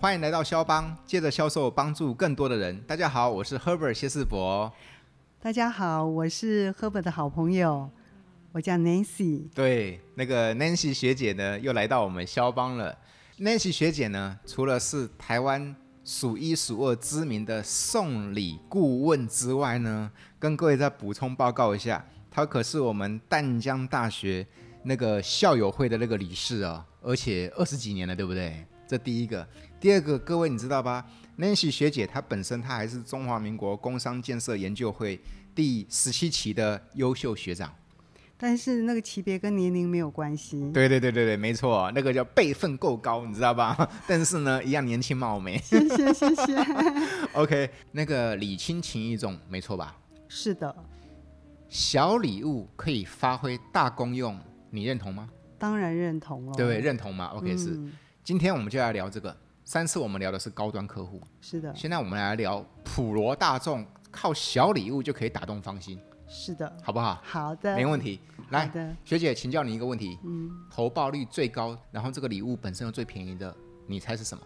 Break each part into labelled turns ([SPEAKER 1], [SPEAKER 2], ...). [SPEAKER 1] 欢迎来到肖邦，借着销售帮助更多的人。大家好，我是 Herbert 谢世博。
[SPEAKER 2] 大家好，我是 Herbert 的好朋友，我叫 Nancy。
[SPEAKER 1] 对，那个 Nancy 学姐呢，又来到我们肖邦了。Nancy 学姐呢，除了是台湾数一数二知名的送礼顾问之外呢，跟各位再补充报告一下，她可是我们淡江大学那个校友会的那个理事哦，而且二十几年了，对不对？这第一个，第二个，各位你知道吧？Nancy 学姐她本身她还是中华民国工商建设研究会第十七期的优秀学长。
[SPEAKER 2] 但是那个级别跟年龄没有关系。
[SPEAKER 1] 对对对对对，没错，那个叫辈分够高，你知道吧？ 但是呢，一样年轻貌美。
[SPEAKER 2] 谢谢谢谢。
[SPEAKER 1] OK，那个礼轻情意重，没错吧？
[SPEAKER 2] 是的，
[SPEAKER 1] 小礼物可以发挥大功用，你认同吗？
[SPEAKER 2] 当然认同了。
[SPEAKER 1] 对不对？认同吗？OK，、是。
[SPEAKER 2] 哦嗯
[SPEAKER 1] 今天我们就来聊这个。上次我们聊的是高端客户，
[SPEAKER 2] 是的，
[SPEAKER 1] 现在我们来聊普罗大众，靠小礼物就可以打动芳心，
[SPEAKER 2] 是的，
[SPEAKER 1] 好不好？
[SPEAKER 2] 好的，
[SPEAKER 1] 没问题。
[SPEAKER 2] 好
[SPEAKER 1] 来，
[SPEAKER 2] 的，
[SPEAKER 1] 学姐，请教你一个问题：
[SPEAKER 2] 嗯，
[SPEAKER 1] 投报率最高，然后这个礼物本身又最便宜的，你猜是什么？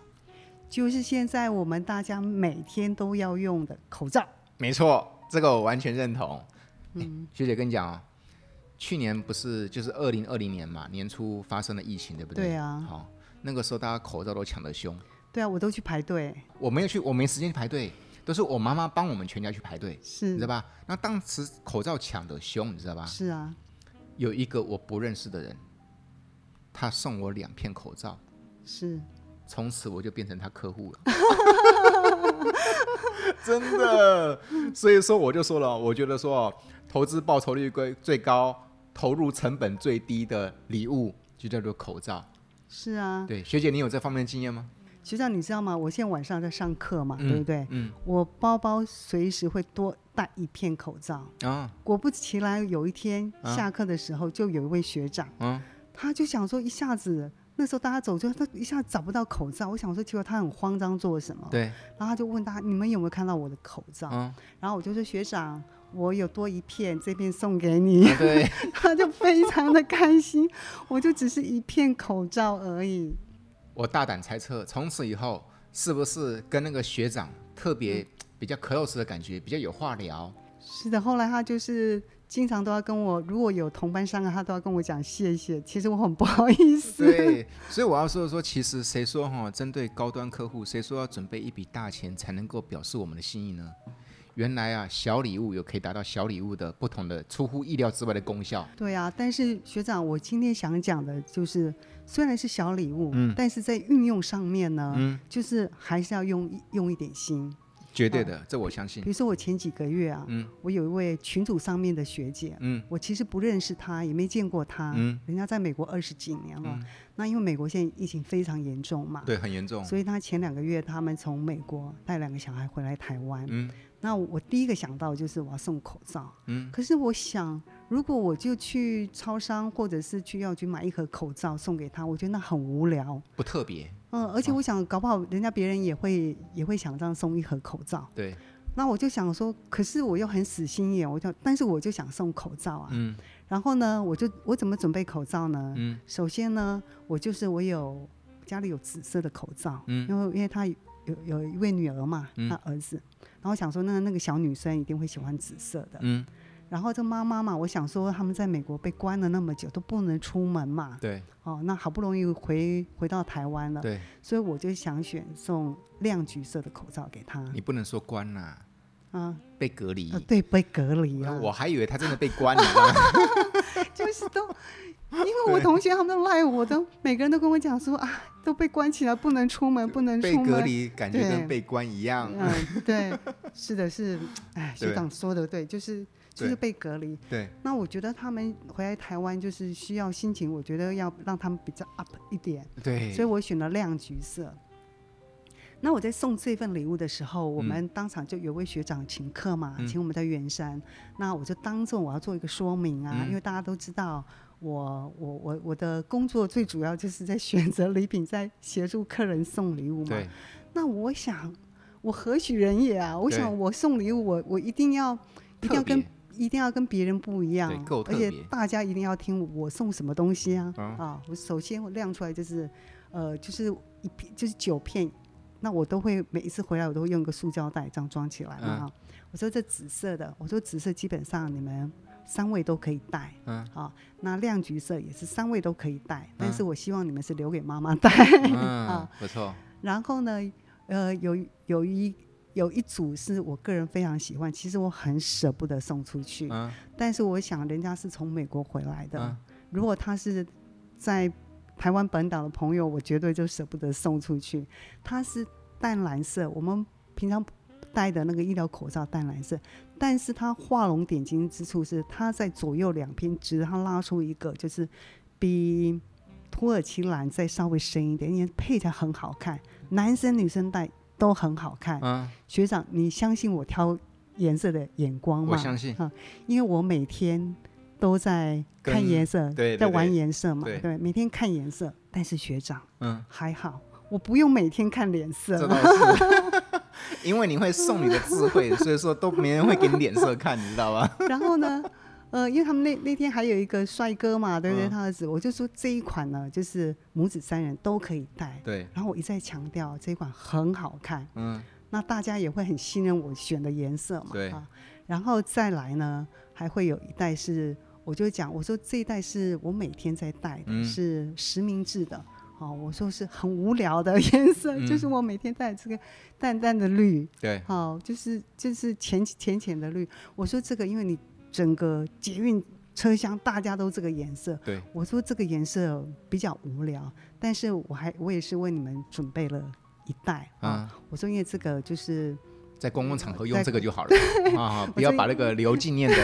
[SPEAKER 2] 就是现在我们大家每天都要用的口罩。
[SPEAKER 1] 没错，这个我完全认同。嗯，学姐跟你讲哦，去年不是就是二零二零年嘛，年初发生了疫情，对不对？
[SPEAKER 2] 对啊
[SPEAKER 1] 好、那个时候大家口罩都抢得凶，
[SPEAKER 2] 对啊，我都去排队。
[SPEAKER 1] 我没有去，我没时间去排队，都是我妈妈帮我们全家去排队，你知道
[SPEAKER 2] 是
[SPEAKER 1] 吧？那当时口罩抢得凶，你知道吧？
[SPEAKER 2] 是啊，
[SPEAKER 1] 有一个我不认识的人，他送我两片口罩，
[SPEAKER 2] 是
[SPEAKER 1] 从此我就变成他客户了。 真的，所以说我就说了，我觉得说哦投资报酬率最最高、投入成本最低的礼物就叫做口罩。
[SPEAKER 2] 是啊。
[SPEAKER 1] 对，学姐，你有这方面的经验吗？
[SPEAKER 2] 学长，你知道吗？我现在晚上在上课嘛，
[SPEAKER 1] 嗯
[SPEAKER 2] 对不对？
[SPEAKER 1] 嗯
[SPEAKER 2] 我包包随时会多带一片口罩。
[SPEAKER 1] 啊，
[SPEAKER 2] 果不其然，有一天
[SPEAKER 1] 啊
[SPEAKER 2] 下课的时候，就有一位学长，
[SPEAKER 1] 嗯，
[SPEAKER 2] 他就想说，一下子那时候大家走就他一下子找不到口罩，我想说，结果他很慌张做什么？
[SPEAKER 1] 对，
[SPEAKER 2] 然后他就问他，你们有没有看到我的口罩？
[SPEAKER 1] 嗯，
[SPEAKER 2] 然后我就说，学长，我有多一片，这片送给你。
[SPEAKER 1] 对，
[SPEAKER 2] 他就非常的开心，我就只是一片口罩而已。
[SPEAKER 1] 我大胆猜测，从此以后是不是跟那个学长特别比较 close 的感觉，比较有话聊？
[SPEAKER 2] 是的，后来他就是。经常都要跟我，如果有同班上课，他都要跟我讲谢谢。其实我很不好意 思。
[SPEAKER 1] 对，所以我要说的说，其实谁说哈，针对高端客户，谁说要准备一笔大钱才能够表示我们的心意呢？原来啊，小礼物有可以达到小礼物的不同的出乎意料之外的功效。
[SPEAKER 2] 对啊，但是学长，我今天想讲的就是，虽然是小礼物，但是在运用上面呢，
[SPEAKER 1] 嗯
[SPEAKER 2] 就是还是要用用一点心。
[SPEAKER 1] 绝对
[SPEAKER 2] 嗯
[SPEAKER 1] 的，这我相
[SPEAKER 2] 比
[SPEAKER 1] 信。
[SPEAKER 2] 如说我前几个月啊，
[SPEAKER 1] 嗯
[SPEAKER 2] 我有一位群组上面的学姐，
[SPEAKER 1] 嗯
[SPEAKER 2] 我其实不认识她，也没见过她，
[SPEAKER 1] 嗯
[SPEAKER 2] 人家在美国二十几年了。
[SPEAKER 1] 嗯，
[SPEAKER 2] 那因为美国现在疫情非常严重嘛，
[SPEAKER 1] 对，很严重。
[SPEAKER 2] 所以她前两个月他们从美国带两个小孩回来台湾，
[SPEAKER 1] 嗯
[SPEAKER 2] 那我第一个想到就是我要送口罩。
[SPEAKER 1] 嗯，
[SPEAKER 2] 可是我想，如果我就去超商或者是去药局买一盒口罩送给他，我觉得那很无聊。
[SPEAKER 1] 不特别。
[SPEAKER 2] 嗯，而且
[SPEAKER 1] 哦
[SPEAKER 2] 我想，搞不好人家别人也会也会想这样送一盒口罩。
[SPEAKER 1] 对，
[SPEAKER 2] 那我就想说，可是我又很死心眼，我就但是我就想送口罩啊。
[SPEAKER 1] 嗯
[SPEAKER 2] 然后呢，我就我怎么准备口罩呢？
[SPEAKER 1] 嗯
[SPEAKER 2] 首先呢，我就是我有家里有紫色的口罩，
[SPEAKER 1] 嗯
[SPEAKER 2] 因为因为他有有一位女儿嘛，
[SPEAKER 1] 嗯
[SPEAKER 2] 他儿子，然后想说那那个小女生一定会喜欢紫色的。
[SPEAKER 1] 嗯，
[SPEAKER 2] 然后这妈妈嘛，我想说他们在美国被关了那么久都不能出门嘛，
[SPEAKER 1] 对
[SPEAKER 2] 哦，那好不容易回回到台湾了，
[SPEAKER 1] 对，
[SPEAKER 2] 所以我就想选送亮橘色的口罩给她
[SPEAKER 1] 你不能说关啦，
[SPEAKER 2] 啊，
[SPEAKER 1] 被隔离
[SPEAKER 2] 呃。对，被隔离
[SPEAKER 1] 那
[SPEAKER 2] 了，
[SPEAKER 1] 我还以为他真的被关了 呢。
[SPEAKER 2] 就是 都，因为我同学他们都赖我，都每个人都跟我讲说啊，都被关起来，不能出门，不能
[SPEAKER 1] 被
[SPEAKER 2] 出
[SPEAKER 1] 隔
[SPEAKER 2] 门。
[SPEAKER 1] 离感觉跟
[SPEAKER 2] 对
[SPEAKER 1] 被关一样。
[SPEAKER 2] 嗯，对，是的是，哎，
[SPEAKER 1] 对
[SPEAKER 2] 学长说的对，就是就是
[SPEAKER 1] 对
[SPEAKER 2] 被隔离。
[SPEAKER 1] 对，
[SPEAKER 2] 那我觉得他们回来台湾就是需要心情，我觉得要让他们比较 up 一点。
[SPEAKER 1] 对，
[SPEAKER 2] 所以我选了亮橘色。那我在送这份礼物的时候，我
[SPEAKER 1] 嗯
[SPEAKER 2] 们当场就有位学长请客嘛，
[SPEAKER 1] 嗯
[SPEAKER 2] 请我们在圆山。那我就当众我要做一个说明啊，
[SPEAKER 1] 嗯
[SPEAKER 2] 因为大家都知道我我我我的工作最主要就是在选择礼品，在协助客人送礼物嘛。
[SPEAKER 1] 对，
[SPEAKER 2] 那我想，我何许人也啊？我
[SPEAKER 1] 对
[SPEAKER 2] 想我送礼物，我我一定要一定
[SPEAKER 1] 特
[SPEAKER 2] 要跟
[SPEAKER 1] 别
[SPEAKER 2] 一定要跟别人不一样
[SPEAKER 1] 对够，特
[SPEAKER 2] 而且
[SPEAKER 1] 别
[SPEAKER 2] 大家一定要听我送什么东西啊、
[SPEAKER 1] 嗯
[SPEAKER 2] 啊！我首先我亮出来就是，呃，就是一片就是九片那我都会每一次回来，我都会用个塑胶袋这样装起来嘛
[SPEAKER 1] 嗯
[SPEAKER 2] 哈、我说这紫色的，我说紫色基本上你们三位都可以带，
[SPEAKER 1] 嗯
[SPEAKER 2] 啊、那亮橘色也是三位都可以带，但
[SPEAKER 1] 嗯
[SPEAKER 2] 是我希望你们是留给妈妈带。
[SPEAKER 1] 嗯
[SPEAKER 2] 啊，
[SPEAKER 1] 不错，
[SPEAKER 2] 然后呢，呃，有一有一有一组是我个人非常喜欢，其实我很舍不得送出去，
[SPEAKER 1] 嗯
[SPEAKER 2] 但是我想人家是从美国回来的，
[SPEAKER 1] 嗯
[SPEAKER 2] 如果他是在台湾本岛的朋友，我绝对就舍不得送出去。它是淡蓝色，我们平常戴的那个医疗口罩淡蓝色，但是它画龙点睛之处是，它在左右两边只它拉出一个，就是比土耳其蓝再稍微深一点，因为配起来很好看，男生女生戴都很好看。
[SPEAKER 1] 嗯，
[SPEAKER 2] 学长，你相信我挑颜色的眼光吗？
[SPEAKER 1] 我相信
[SPEAKER 2] 啊，因为我每天都在看
[SPEAKER 1] 跟
[SPEAKER 2] 颜色，
[SPEAKER 1] 对对
[SPEAKER 2] 在玩
[SPEAKER 1] 对
[SPEAKER 2] 颜色嘛，
[SPEAKER 1] 对
[SPEAKER 2] 每天看颜色。但是学长
[SPEAKER 1] 嗯，
[SPEAKER 2] 还好，我不用每天看脸
[SPEAKER 1] 这
[SPEAKER 2] 色，
[SPEAKER 1] 倒是， 因为你会送你的智慧，所以说都没人会给你脸色看，你知道 吧？
[SPEAKER 2] 然后呢，呃，因为他们那那天还有一个帅哥嘛，对不对？
[SPEAKER 1] 嗯
[SPEAKER 2] 他儿子，我就说这一款呢，就是母子三人都可以戴。
[SPEAKER 1] 对，
[SPEAKER 2] 然后我一再强调这一款很好看，
[SPEAKER 1] 嗯
[SPEAKER 2] 那大家也会很信任我选的颜色嘛，
[SPEAKER 1] 对
[SPEAKER 2] 啊，然后再来呢，还会有一代是，我就讲，我说这一代是我每天在戴的，
[SPEAKER 1] 嗯
[SPEAKER 2] 是实名制的，哦，我说是很无聊的颜色，
[SPEAKER 1] 嗯
[SPEAKER 2] 就是我每天戴这个淡淡的绿，
[SPEAKER 1] 对，
[SPEAKER 2] 哦，就是就是浅浅浅的绿，我说这个因为你整个捷运车厢大家都这个颜色，
[SPEAKER 1] 对，
[SPEAKER 2] 我说这个颜色比较无聊，但是我还我也是为你们准备了一袋啊。
[SPEAKER 1] 嗯，
[SPEAKER 2] 我说因为这个就是
[SPEAKER 1] 在公共场合用
[SPEAKER 2] 哦在
[SPEAKER 1] 这个就好了 啊，不
[SPEAKER 2] 我
[SPEAKER 1] 要
[SPEAKER 2] 这
[SPEAKER 1] 把那个留纪念 的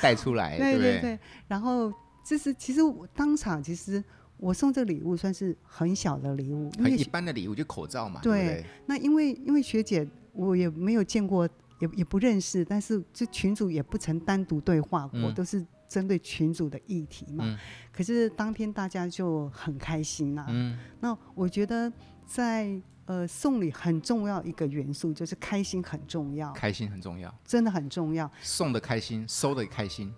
[SPEAKER 1] 带出来，
[SPEAKER 2] 对
[SPEAKER 1] 不
[SPEAKER 2] 对
[SPEAKER 1] 哎对？
[SPEAKER 2] 然后这是其实我当场其实我送这个礼物算是很小的礼物，因
[SPEAKER 1] 很
[SPEAKER 2] 为
[SPEAKER 1] 一般的礼物就口罩嘛，
[SPEAKER 2] 对
[SPEAKER 1] 不对？
[SPEAKER 2] 那因为因为学姐我也没有见过，也也不认识，但是这群主也不曾单独对话过，
[SPEAKER 1] 嗯
[SPEAKER 2] 都是针对群主的议题嘛。
[SPEAKER 1] 嗯
[SPEAKER 2] 可是当天大家就很开心呐、
[SPEAKER 1] 嗯，
[SPEAKER 2] 那我觉得在呃送礼很重要一个元素就是开心很重要，
[SPEAKER 1] 开心很重要，
[SPEAKER 2] 真的很重要。
[SPEAKER 1] 送的开心，收的开心，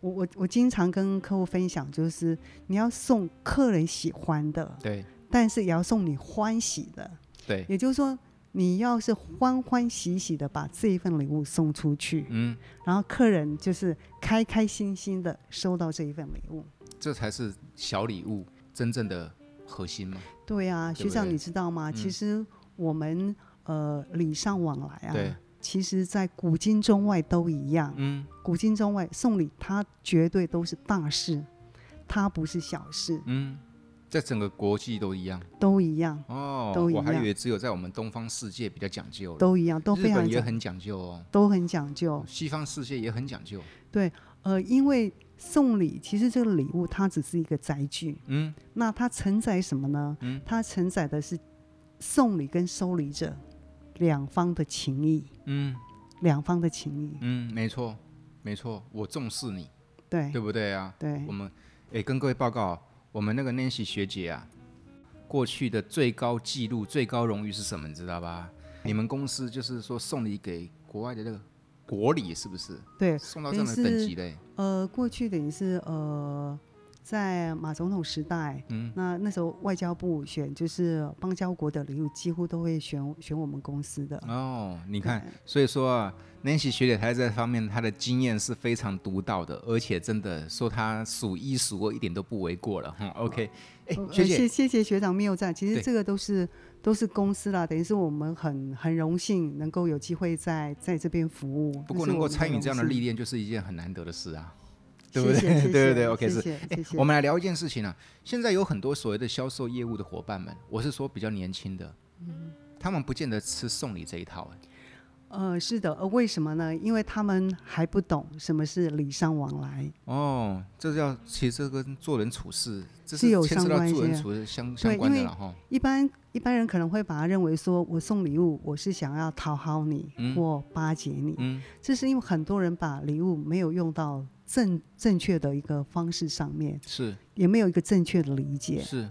[SPEAKER 2] 我我我经常跟客户分享，就是你要送客人喜欢的，
[SPEAKER 1] 对
[SPEAKER 2] 但是也要送你欢喜的。
[SPEAKER 1] 对，
[SPEAKER 2] 也就是说，你要是欢欢喜喜的把这一份礼物送出去，
[SPEAKER 1] 嗯，
[SPEAKER 2] 然后客人就是开开心心的收到这一份礼物。
[SPEAKER 1] 这才是小礼物真正的核心嘛。
[SPEAKER 2] 对啊，
[SPEAKER 1] 对
[SPEAKER 2] 学
[SPEAKER 1] 不
[SPEAKER 2] 长，
[SPEAKER 1] 对
[SPEAKER 2] 你知道吗？
[SPEAKER 1] 嗯
[SPEAKER 2] 其实我们呃礼尚往来啊，
[SPEAKER 1] 对，
[SPEAKER 2] 其实在古今中外都一样。
[SPEAKER 1] 嗯，
[SPEAKER 2] 古今中外送礼，它绝对都是大事，它不是小事，
[SPEAKER 1] 嗯，在整个国际都一样
[SPEAKER 2] 都一样，
[SPEAKER 1] 哦。
[SPEAKER 2] 都一
[SPEAKER 1] 我还以
[SPEAKER 2] 样
[SPEAKER 1] 为只有在我们东方世界比较讲究了，
[SPEAKER 2] 都一样，都
[SPEAKER 1] 日
[SPEAKER 2] 非常
[SPEAKER 1] 本也
[SPEAKER 2] 讲，
[SPEAKER 1] 很讲究哦，
[SPEAKER 2] 都很讲究。
[SPEAKER 1] 西方世界也很讲究。
[SPEAKER 2] 呃，因为送礼，其实这个礼物它只是一个载具，
[SPEAKER 1] 嗯
[SPEAKER 2] 那它承载什么呢？
[SPEAKER 1] 嗯
[SPEAKER 2] 它承载的是送礼跟收礼者两方的情谊，
[SPEAKER 1] 嗯
[SPEAKER 2] 两方的情谊。
[SPEAKER 1] 嗯，没错没错，我重视你，
[SPEAKER 2] 对
[SPEAKER 1] 对不对啊？
[SPEAKER 2] 对
[SPEAKER 1] 我们诶，跟各位报告，我们那个 Nancy 学姐啊，过去的最高纪录、最高荣誉是什么？你知道吧？
[SPEAKER 2] 哎
[SPEAKER 1] 你们公司就是说送礼给国外的那个国礼，是不是？
[SPEAKER 2] 对，
[SPEAKER 1] 送到这样的等级嘞？
[SPEAKER 2] 呃，过去等于是呃，在马总统时代，
[SPEAKER 1] 嗯，
[SPEAKER 2] 那那时候外交部选就是邦交国的礼物，几乎都会选选我们公司的。
[SPEAKER 1] 哦，你看，所以说啊，Nancy 学姐她在这方面她的经验是非常独到的，而且真的说她数一数二一点都不为过了哈。OK，哎、
[SPEAKER 2] 呃
[SPEAKER 1] 学
[SPEAKER 2] 谢
[SPEAKER 1] 姐，
[SPEAKER 2] 谢谢学长谬赞。其实
[SPEAKER 1] 对
[SPEAKER 2] 这个都是都是公司啦，等于是我们很很荣幸能够有机会在在这边服务。
[SPEAKER 1] 不过
[SPEAKER 2] 这是
[SPEAKER 1] 能
[SPEAKER 2] 我
[SPEAKER 1] 够
[SPEAKER 2] 们的
[SPEAKER 1] 参与这样的
[SPEAKER 2] 荣幸
[SPEAKER 1] 历，练就是一件很难得的事啊，
[SPEAKER 2] 谢
[SPEAKER 1] 对不对？
[SPEAKER 2] 谢谢
[SPEAKER 1] 对
[SPEAKER 2] 谢
[SPEAKER 1] 对对，OK
[SPEAKER 2] 谢
[SPEAKER 1] 是。哎
[SPEAKER 2] 谢谢谢。
[SPEAKER 1] 我们来聊一件事情啊，现在有很多所谓的销售业务的伙伴们，我是说比较年轻的，
[SPEAKER 2] 嗯
[SPEAKER 1] 他们不见得吃送礼这一套、哎
[SPEAKER 2] 呃是的，呃为什么呢？因为他们还不懂什么是礼尚往来。
[SPEAKER 1] 哦，这叫其实这跟做人处事，这
[SPEAKER 2] 是有
[SPEAKER 1] 牵扯
[SPEAKER 2] 相
[SPEAKER 1] 到
[SPEAKER 2] 关
[SPEAKER 1] 做人
[SPEAKER 2] 系啊
[SPEAKER 1] 处事相
[SPEAKER 2] 对
[SPEAKER 1] 相关的
[SPEAKER 2] 因为
[SPEAKER 1] 了哈。
[SPEAKER 2] 一般一般人可能会把它认为说，我送礼物，我是想要讨好你、
[SPEAKER 1] 嗯
[SPEAKER 2] 或巴结你，
[SPEAKER 1] 嗯，
[SPEAKER 2] 这是因为很多人把礼物没有用到正正确的一个方式上面，
[SPEAKER 1] 是
[SPEAKER 2] 也没有一个正确的理解。
[SPEAKER 1] 是，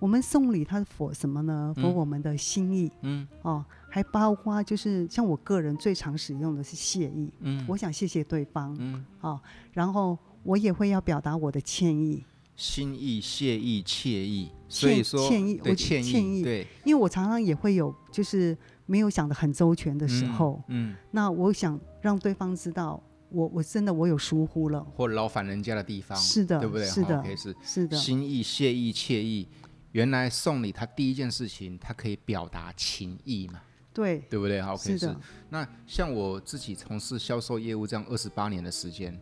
[SPEAKER 2] 我们送礼它是否什么呢？
[SPEAKER 1] 嗯
[SPEAKER 2] 否我们的心意、
[SPEAKER 1] 嗯
[SPEAKER 2] 哦，还包括就是像我个人最常使用的是谢意，
[SPEAKER 1] 嗯
[SPEAKER 2] 我想谢谢对方
[SPEAKER 1] 嗯，
[SPEAKER 2] 哦，然后我也会要表达我的歉意，
[SPEAKER 1] 心意、谢意、惬意，所以说
[SPEAKER 2] 歉意
[SPEAKER 1] 对
[SPEAKER 2] 我
[SPEAKER 1] 歉
[SPEAKER 2] 歉意
[SPEAKER 1] 对
[SPEAKER 2] 因为我常常也会有就是没有想的很周全的时
[SPEAKER 1] 嗯
[SPEAKER 2] 候，
[SPEAKER 1] 嗯，
[SPEAKER 2] 那我想让对方知道我我真的我有疏忽了，
[SPEAKER 1] 或劳烦人家的地方，
[SPEAKER 2] 是的
[SPEAKER 1] 对不对？
[SPEAKER 2] 是
[SPEAKER 1] 哈
[SPEAKER 2] 的
[SPEAKER 1] 可以是
[SPEAKER 2] 是的，
[SPEAKER 1] 心意、谢意、惬意。原来送礼，他第一件事情，他可以表达情意嘛，
[SPEAKER 2] 对，
[SPEAKER 1] 对不对？哈，OK，
[SPEAKER 2] 是的，
[SPEAKER 1] 那像我自己从事销售业务这样二十八年的时间，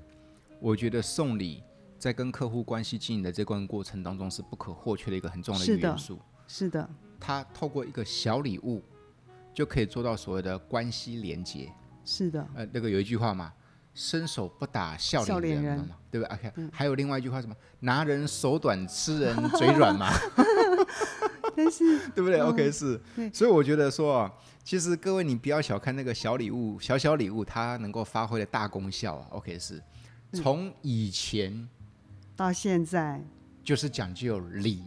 [SPEAKER 1] 我觉得送礼在跟客户关系经营的这段过程当中是不可或缺的一个很重要的一
[SPEAKER 2] 是
[SPEAKER 1] 个
[SPEAKER 2] 的
[SPEAKER 1] 元素。
[SPEAKER 2] 是的，
[SPEAKER 1] 它透过一个小礼物，就可以做到所谓的关系连结。
[SPEAKER 2] 是的，
[SPEAKER 1] 呃，那个有一句话嘛，伸手不打笑
[SPEAKER 2] 笑
[SPEAKER 1] 脸
[SPEAKER 2] 脸
[SPEAKER 1] 人
[SPEAKER 2] 人嗯
[SPEAKER 1] 嘛，对不对？OK，、还有另外一句话什么？拿人手短，吃人嘴软 嘛，
[SPEAKER 2] 但是
[SPEAKER 1] 对不对？OK，是
[SPEAKER 2] 嗯对。
[SPEAKER 1] 所以我觉得说啊，其实各位你不要小看那个小礼物，小小礼物它能够发挥的大功效啊。OK，是
[SPEAKER 2] 嗯
[SPEAKER 1] 从以前
[SPEAKER 2] 到现在，
[SPEAKER 1] 就是讲究礼，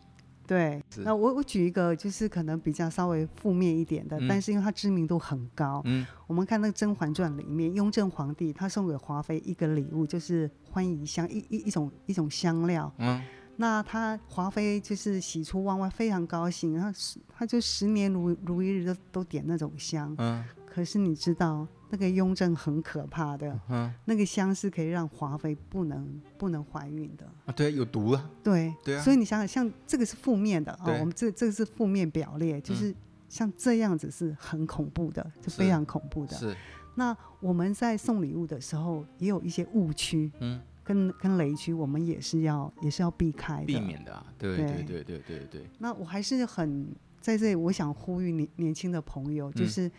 [SPEAKER 2] 对，
[SPEAKER 1] 是
[SPEAKER 2] 那我我举一个就是可能比较稍微负面一点的，
[SPEAKER 1] 嗯
[SPEAKER 2] 但是因为它知名度很高，
[SPEAKER 1] 嗯，
[SPEAKER 2] 我们看那个《甄嬛传》里面，雍正皇帝他送给华妃一个礼物，就是欢宜香，一一一种一种香料。
[SPEAKER 1] 嗯，
[SPEAKER 2] 那他华妃就是喜出望外，非常高兴，然后十他就十年如如一日都都点那种香。
[SPEAKER 1] 嗯
[SPEAKER 2] 可是你知道那个雍正很可怕的，
[SPEAKER 1] 嗯
[SPEAKER 2] 那个香是可以让华妃不能不能怀孕的。
[SPEAKER 1] 啊，对啊，有毒啊，
[SPEAKER 2] 对，
[SPEAKER 1] 对啊
[SPEAKER 2] 所以你想想，像这个是负面的啊、
[SPEAKER 1] 对嗯
[SPEAKER 2] 我们这这个是负面表列，就是像这样子是很恐怖的，是非
[SPEAKER 1] 是
[SPEAKER 2] 常恐怖的。
[SPEAKER 1] 是，
[SPEAKER 2] 那我们在送礼物的时候，也有一些误区
[SPEAKER 1] 嗯，
[SPEAKER 2] 跟跟雷区，我们也是要也是要避开的，
[SPEAKER 1] 避。免的啊，对对
[SPEAKER 2] 对
[SPEAKER 1] 对对对对，
[SPEAKER 2] 那我还是很在这里，我想呼吁年年轻的朋
[SPEAKER 1] 嗯
[SPEAKER 2] 友，就是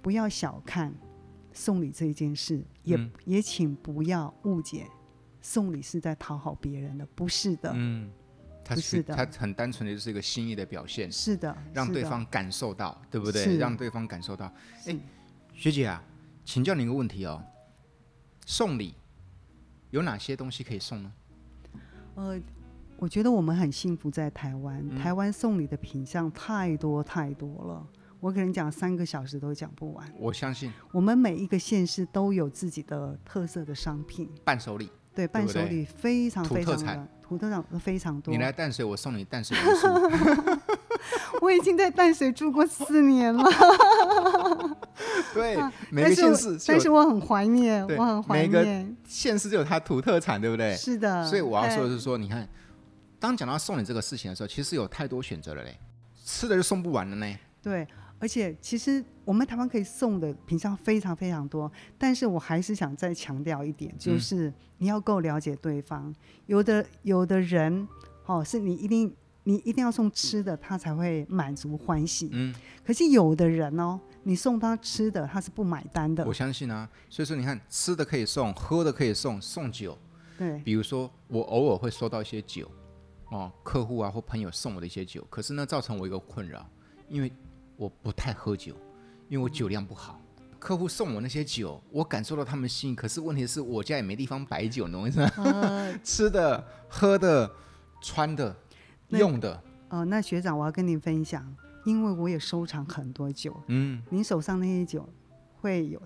[SPEAKER 2] 不要小看送礼这件事，也
[SPEAKER 1] 嗯
[SPEAKER 2] 也请不要误解，送礼是在讨好别人的，不是的，
[SPEAKER 1] 嗯，它
[SPEAKER 2] 不
[SPEAKER 1] 是
[SPEAKER 2] 是的
[SPEAKER 1] 它很单纯的就是一个心意的表现，
[SPEAKER 2] 是的，
[SPEAKER 1] 让
[SPEAKER 2] 是
[SPEAKER 1] 对
[SPEAKER 2] 的
[SPEAKER 1] 方感受到，对不对？
[SPEAKER 2] 是
[SPEAKER 1] 让对方感受到。
[SPEAKER 2] 是
[SPEAKER 1] 哎，学姐啊，请教你一个问题哦，送礼有哪些东西可以送呢？
[SPEAKER 2] 呃，我觉得我们很幸福，在台湾，
[SPEAKER 1] 嗯
[SPEAKER 2] 台湾送礼的品相太多太多了，我可能讲三个小时都讲不完。
[SPEAKER 1] 我相信
[SPEAKER 2] 我们每一个县市都有自己的特色的商品，
[SPEAKER 1] 伴手礼，
[SPEAKER 2] 对，伴手礼非常
[SPEAKER 1] 土
[SPEAKER 2] 非常
[SPEAKER 1] 特
[SPEAKER 2] 的
[SPEAKER 1] 产
[SPEAKER 2] 土特产呃非常多
[SPEAKER 1] 你。来淡水，我送你淡水民 宿
[SPEAKER 2] 我已经在淡水住过四年了，
[SPEAKER 1] 对， 每
[SPEAKER 2] 但
[SPEAKER 1] 个
[SPEAKER 2] 是我
[SPEAKER 1] 县市就
[SPEAKER 2] 啊但是
[SPEAKER 1] 有
[SPEAKER 2] 我很怀念，
[SPEAKER 1] 对
[SPEAKER 2] 我很怀
[SPEAKER 1] 每个
[SPEAKER 2] 念，
[SPEAKER 1] 县市就有它土特产，对不对？
[SPEAKER 2] 是的。
[SPEAKER 1] 所以我要说的
[SPEAKER 2] 哎，
[SPEAKER 1] 是说，你看，当讲到送礼这个事情的时候，其实有太多选择了嘞，吃的就送不完了呢。
[SPEAKER 2] 对，而且其实我们台湾可以送的品相非常非常多，但是我还是想再强调一点，就
[SPEAKER 1] 嗯
[SPEAKER 2] 是你要够了解对方。有的有的人，哦，是你一定你一定要送吃的，他才会满足欢喜。
[SPEAKER 1] 嗯，
[SPEAKER 2] 可是有的人哦，你送他吃的，他是不买单的
[SPEAKER 1] 我。相信啊。所以说，你看，吃的可以送，喝的可以送，送酒，
[SPEAKER 2] 对，
[SPEAKER 1] 比如说我偶尔会收到一些酒，哦，客户啊或朋友送我的一些酒，可是呢，造成我一个困扰，因为我不太喝酒，因为我酒量不好。客户送我那些酒，我感受到他们心意，可是问题是我家也没地方摆酒，你懂我意思吗？
[SPEAKER 2] 呃
[SPEAKER 1] 吃的、喝的、穿的、
[SPEAKER 2] 那
[SPEAKER 1] 用的，
[SPEAKER 2] 呃，那学长，我要跟您分享，因为我也收藏很多酒，
[SPEAKER 1] 嗯，
[SPEAKER 2] 您手上那些酒会有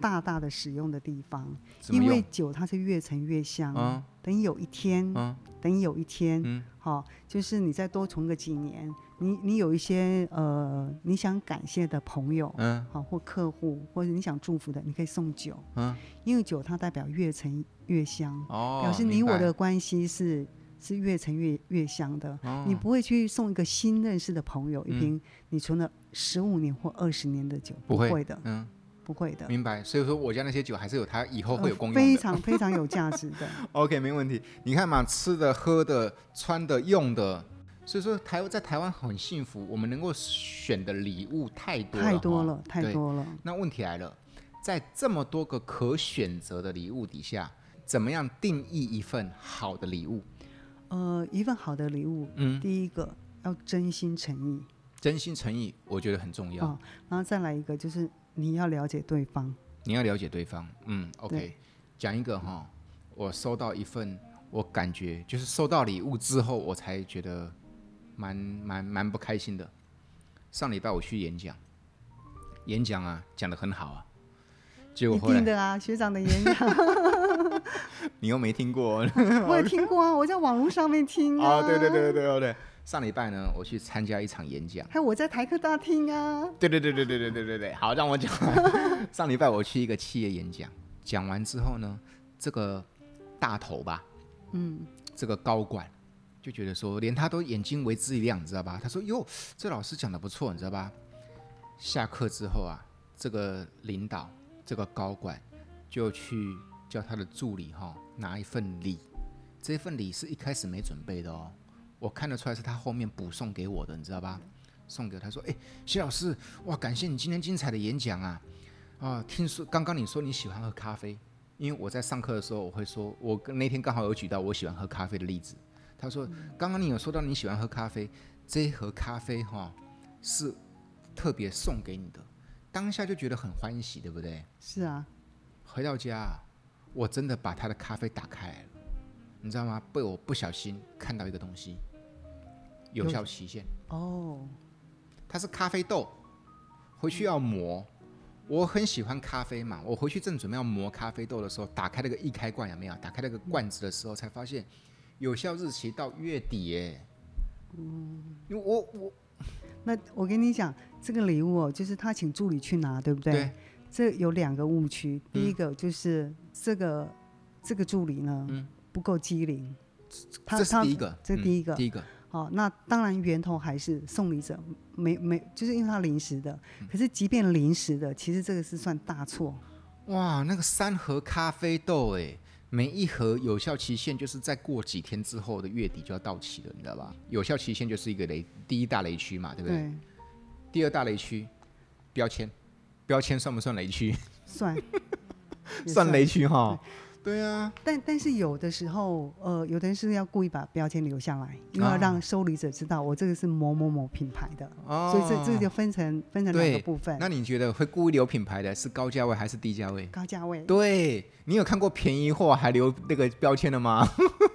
[SPEAKER 2] 大大的使用的地方。
[SPEAKER 1] 怎么
[SPEAKER 2] 因
[SPEAKER 1] 用
[SPEAKER 2] 为酒它是越陈越香，
[SPEAKER 1] 啊
[SPEAKER 2] 等有一天，
[SPEAKER 1] 啊，
[SPEAKER 2] 等有一天，
[SPEAKER 1] 嗯
[SPEAKER 2] 好、就是你再多存个几年，你你有一些呃你想感谢的朋友，
[SPEAKER 1] 嗯
[SPEAKER 2] 好、或客户，或者你想祝福的，你可以送酒，
[SPEAKER 1] 嗯，
[SPEAKER 2] 因为酒它代表越陈越香，
[SPEAKER 1] 哦，
[SPEAKER 2] 表示你
[SPEAKER 1] 明白
[SPEAKER 2] 我的关系是是越陈越越香的。
[SPEAKER 1] 哦
[SPEAKER 2] 你不会去送一个新认识的朋友一
[SPEAKER 1] 嗯
[SPEAKER 2] 瓶你存了十五年或二十年的酒，
[SPEAKER 1] 不会
[SPEAKER 2] 的，
[SPEAKER 1] 嗯，
[SPEAKER 2] 不会的，
[SPEAKER 1] 明白。所以说我家那些酒还是有它以后会有
[SPEAKER 2] 呃
[SPEAKER 1] 功用的
[SPEAKER 2] 非。常非常有价值的。
[SPEAKER 1] OK，没问题。你看嘛，吃的、喝的、穿的、用的，所以说台在台湾很幸福，我们能够选的礼物太多了，
[SPEAKER 2] 太多
[SPEAKER 1] 哈
[SPEAKER 2] 了，太。
[SPEAKER 1] 对
[SPEAKER 2] 多了。
[SPEAKER 1] 那问题来了，在这么多个可选择的礼物底下，怎么样定义一份好的礼物？
[SPEAKER 2] 呃，一份好的礼物，
[SPEAKER 1] 嗯，
[SPEAKER 2] 第一个要真心诚意
[SPEAKER 1] 真心诚意，我觉得很重要。
[SPEAKER 2] 哦，然后再来一个就是你要了解对方。
[SPEAKER 1] 你要了解对方。嗯，OK，
[SPEAKER 2] 对
[SPEAKER 1] 讲一个哈，我收到一份，我感觉就是收到礼物之后，我才觉得蛮蛮蛮不开心的。上礼拜我去演讲，演讲啊讲得很好啊，结果
[SPEAKER 2] 一
[SPEAKER 1] 后
[SPEAKER 2] 定
[SPEAKER 1] 来
[SPEAKER 2] 的啊，学长的演 讲
[SPEAKER 1] 你又没听过 哦
[SPEAKER 2] 我也听过啊，我在网络上面听
[SPEAKER 1] 啊，对对对对对对，上礼拜呢，我去参加一场演讲。
[SPEAKER 2] 还有我在台客大厅啊，
[SPEAKER 1] 对对对对对对对对对，好，让我讲完。上礼拜我去一个企业演讲，讲完之后呢，这个大头吧，嗯，这个高管就觉得说，连他都眼睛为之一亮，你知道吧？他说：“哟，这老师讲的不错，你知道吧？”下课之后啊，这个领导这个高管就去叫他的助理哈、拿一份礼，这份礼是一开始没准备的哦，我看得出来是他后面补送给我的，你知道吧？送给我他说：“哎、谢老师，哇，感谢你今天精彩的演讲啊！啊，听说刚刚你说你喜欢喝咖啡，因为我在上课的时候我会说，我跟那天刚好有举到我喜欢喝咖啡的例子。他说，刚刚你有说到你喜欢喝咖啡，这一盒咖啡哈、是特别送给你的，当下就觉得很欢喜，对不对？
[SPEAKER 2] 是啊，
[SPEAKER 1] 回到家，啊我真的把他的咖啡打开来了，你知道吗？被我不小心看到一个东西，有效期限。
[SPEAKER 2] 哦，
[SPEAKER 1] 它是咖啡豆，回去要磨。我很喜欢咖啡嘛，我回去正准备要磨咖啡豆的时候，打开那个易开罐有没有？打开那个罐子的时候，才发现有效日期到月底耶。嗯，因为我我
[SPEAKER 2] 那我跟你讲，这个礼物哦，就是他请助理去拿，对不对？
[SPEAKER 1] 对嗯
[SPEAKER 2] 这有两个误区，第一个就是这个、这个助理呢、不够机灵，他
[SPEAKER 1] 嗯这是
[SPEAKER 2] 他
[SPEAKER 1] 第一个，
[SPEAKER 2] 这
[SPEAKER 1] 嗯
[SPEAKER 2] 第一个
[SPEAKER 1] 第一个，
[SPEAKER 2] 好、哦那当然源头还是送礼者没没，就是因为他临时的。
[SPEAKER 1] 嗯
[SPEAKER 2] 可是即便临时的，其实这个是算大错。
[SPEAKER 1] 哇，那个三盒咖啡豆哎，每一盒有效期限就是在过几天之后的月底就要到期了，你知道吧？有效期限就是一个雷第一大雷区嘛，对不对？
[SPEAKER 2] 对，
[SPEAKER 1] 第二大雷区，标签，标签算不算雷区？
[SPEAKER 2] 算也
[SPEAKER 1] 算雷区哈。 对啊，
[SPEAKER 2] 但但是有的时候，呃，有的人是要故意把标签留下来，因为
[SPEAKER 1] 啊
[SPEAKER 2] 要让收礼者知道我这个是某某某品牌的，
[SPEAKER 1] 哦，
[SPEAKER 2] 所以这这个就分成分成两个
[SPEAKER 1] 对
[SPEAKER 2] 部分，
[SPEAKER 1] 那你觉得会故意留品牌的是高价位还是低价位？
[SPEAKER 2] 高价位。
[SPEAKER 1] 对你有看过便宜货还留那个标签的吗？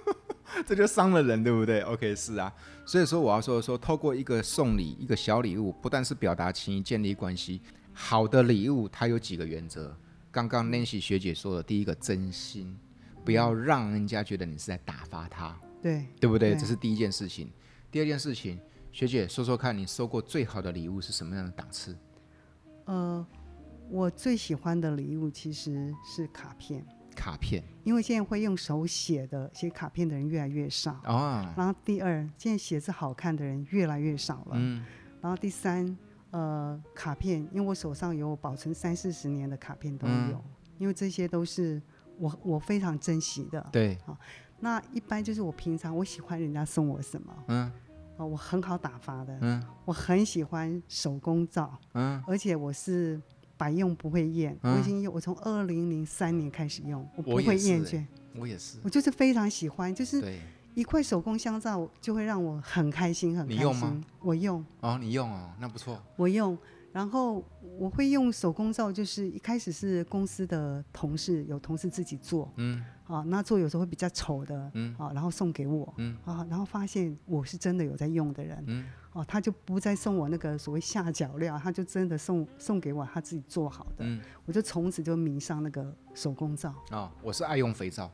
[SPEAKER 1] 这就伤了人，对不对？OK，是啊，所以说我要说的说，透过一个送礼，一个小礼物，不但是表达情谊、建立关系，好的礼物它有几个原则。刚刚 Nancy 学姐说的，第一个真心，不要让人家觉得你是在打发他，
[SPEAKER 2] 对，
[SPEAKER 1] 对不对？
[SPEAKER 2] 对
[SPEAKER 1] 这是第一件事情。第二件事情，学姐说说看，你收过最好的礼物是什么样的档次？
[SPEAKER 2] 呃，我最喜欢的礼物其实是卡片，
[SPEAKER 1] 卡片
[SPEAKER 2] 因为现在会用手写的写卡片的人越来越少。
[SPEAKER 1] 啊，
[SPEAKER 2] 然后第二，现在写字好看的人越来越少了。
[SPEAKER 1] 嗯，
[SPEAKER 2] 然后第三，呃，卡片，因为我手上有保存三四十年的卡片都有，
[SPEAKER 1] 嗯
[SPEAKER 2] 因为这些都是我我非常珍惜的。
[SPEAKER 1] 对，
[SPEAKER 2] 那一般就是我平常我喜欢人家送我什么啊、
[SPEAKER 1] 嗯
[SPEAKER 2] 我很好打发的，
[SPEAKER 1] 嗯
[SPEAKER 2] 我很喜欢手工皂，
[SPEAKER 1] 嗯，
[SPEAKER 2] 而且我是。百用不会厌，
[SPEAKER 1] 嗯
[SPEAKER 2] 我已经用，我从二零零三年开始用，我不
[SPEAKER 1] 我也
[SPEAKER 2] 会
[SPEAKER 1] 是
[SPEAKER 2] 厌
[SPEAKER 1] 欸
[SPEAKER 2] 倦，
[SPEAKER 1] 我也是
[SPEAKER 2] 我。就是非常喜欢，就是
[SPEAKER 1] 对，
[SPEAKER 2] 一块手工香皂就会让我很开心，很
[SPEAKER 1] 你
[SPEAKER 2] 开
[SPEAKER 1] 用
[SPEAKER 2] 心。
[SPEAKER 1] 吗
[SPEAKER 2] 我用，
[SPEAKER 1] 哦，你用哦，那不错。
[SPEAKER 2] 我用，然后我会用手工皂，就是一开始是公司的同事，有同事自己做，
[SPEAKER 1] 嗯
[SPEAKER 2] 啊，那做有时候会比较丑的，
[SPEAKER 1] 嗯
[SPEAKER 2] 啊，然后送给我，
[SPEAKER 1] 嗯
[SPEAKER 2] 啊，然后发现我是真的有在用的人，
[SPEAKER 1] 嗯
[SPEAKER 2] 哦、他就不再送我那个所谓下脚料，他就真的送送给我他自己做好的，
[SPEAKER 1] 嗯，
[SPEAKER 2] 我就从此就迷上那个手工皂，
[SPEAKER 1] 哦，我是爱用肥皂。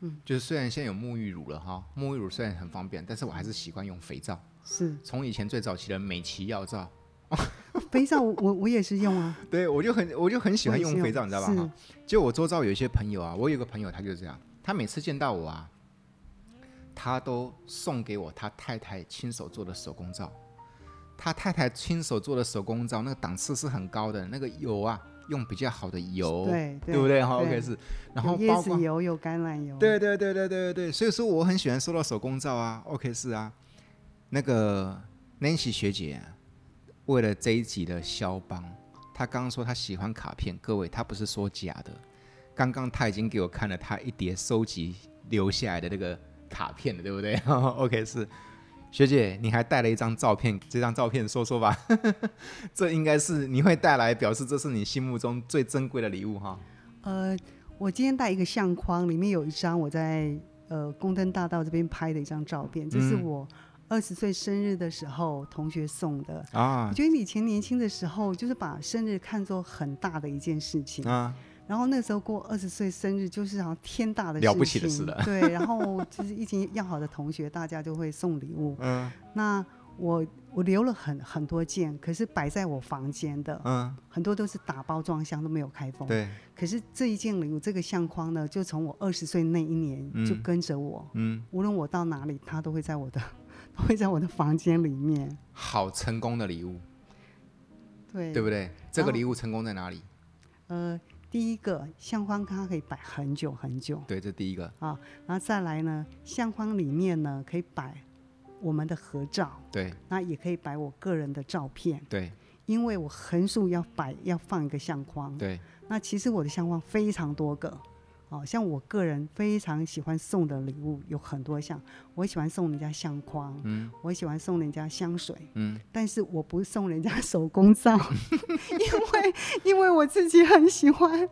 [SPEAKER 1] 嗯，就是虽然现在有沐浴乳了哈，沐浴乳虽然很方便，但是我还是习惯用肥皂。
[SPEAKER 2] 是
[SPEAKER 1] 从以前最早期的美琪药皂，
[SPEAKER 2] 肥皂我我我也是用啊，
[SPEAKER 1] 对我就很我就很喜欢
[SPEAKER 2] 我也是
[SPEAKER 1] 用肥皂，你知道吧？
[SPEAKER 2] 是
[SPEAKER 1] 哈，就我周遭有一些朋友啊，我有个朋友他就是这样，他每次见到我啊，他都送给我他太太亲手做的手工皂。他太太亲手做的手工皂，那个档次是很高的，那个油啊，用比较好的油，
[SPEAKER 2] 对
[SPEAKER 1] 哦对不对？哈
[SPEAKER 2] 对
[SPEAKER 1] ，OK 是，然后
[SPEAKER 2] 有
[SPEAKER 1] 包
[SPEAKER 2] 椰
[SPEAKER 1] 括
[SPEAKER 2] 子油有橄榄油，
[SPEAKER 1] 对对对对对对对，所以说我很喜欢收到手工皂啊，OK 是啊，那个 Nancy 学姐啊、为了这一集的肖邦，她刚刚说她喜欢卡片，各位她不是说假的，刚刚她已经给我看了她一叠收集留下来的那个卡片了，对不对？OK 是。学姐，你还带了一张照片，这张照片说说吧，这应该是你会带来，表示这是你心目中最珍贵的礼物哈。
[SPEAKER 2] 呃，我今天带一个相框，里面有一张我在呃宫灯大道这边拍的一张照片，这是
[SPEAKER 1] 嗯
[SPEAKER 2] 我二十岁生日的时候同学送的。我
[SPEAKER 1] 啊
[SPEAKER 2] 觉得以前年轻的时候，就是把生日看作很大的一件事情。
[SPEAKER 1] 啊，
[SPEAKER 2] 然后那时候过二十岁生日，就是好像天大的
[SPEAKER 1] 了
[SPEAKER 2] 事
[SPEAKER 1] 不起的
[SPEAKER 2] 情
[SPEAKER 1] 事了
[SPEAKER 2] 对，然后就是一群要好的同学，大家就会送礼物。
[SPEAKER 1] 嗯
[SPEAKER 2] 那我我留了很很多件，可是摆在我房间的、
[SPEAKER 1] 嗯，
[SPEAKER 2] 很多都是打包装箱都没有开封。
[SPEAKER 1] 对，
[SPEAKER 2] 可是这一件礼物，这个相框呢，就从我二十岁那一年就
[SPEAKER 1] 嗯
[SPEAKER 2] 跟着我，
[SPEAKER 1] 嗯，
[SPEAKER 2] 无论我到哪里，它都会在我的， 都会在我的房间里面。
[SPEAKER 1] 好成功的礼物，
[SPEAKER 2] 对，
[SPEAKER 1] 对不对？这个
[SPEAKER 2] 然后
[SPEAKER 1] 礼物成功在哪里？
[SPEAKER 2] 呃，第一个相框它可以摆很久很久，
[SPEAKER 1] 对，这第一个，
[SPEAKER 2] 然后再来呢，相框里面呢可以摆我们的合照，
[SPEAKER 1] 对
[SPEAKER 2] 那也可以摆我个人的照片，
[SPEAKER 1] 对
[SPEAKER 2] 因为我横竖要摆要放一个相框。
[SPEAKER 1] 对，
[SPEAKER 2] 那其实我的相框非常多个，哦，像我个人非常喜欢送的礼物有很多项，我喜欢送人家相框，
[SPEAKER 1] 嗯
[SPEAKER 2] 我喜欢送人家香水，
[SPEAKER 1] 嗯，
[SPEAKER 2] 但是我不送人家手工皂， 因为因为我自己很喜欢。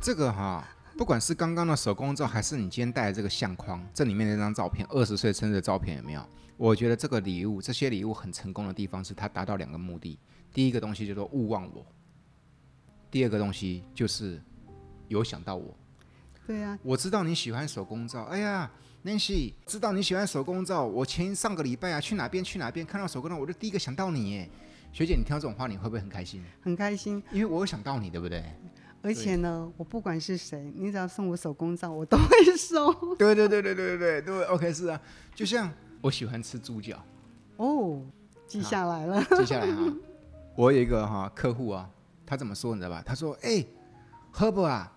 [SPEAKER 1] 这个哈、不管是刚刚的手工皂，还是你今天戴的这个相框，这里面那张照片，二十岁生日的照片有没有？我觉得这个礼物，这些礼物很成功的地方是它达到两个目的，第一个东西叫做勿忘我，第二个东西就是有想到我。
[SPEAKER 2] 对啊，
[SPEAKER 1] 我知道你喜欢手工皂，哎呀，Nancy，知道你喜欢手工皂，我前上个礼拜啊去哪边去哪边看到手工皂，我就第一个想到你耶。学姐，你听到这种话，你会不会很开心？
[SPEAKER 2] 很开心。
[SPEAKER 1] 因为我有想到你，对不对？
[SPEAKER 2] 而且呢，我不管是谁，你只要送我手工皂，我都会收。
[SPEAKER 1] 对对对对对对对对，OK 是啊，就像我喜欢吃猪脚，
[SPEAKER 2] 哦，记下来了。
[SPEAKER 1] 接下来哈，我有一个哈客户啊，他怎么说你知道吧？他说：“哎、h e r b e r 啊，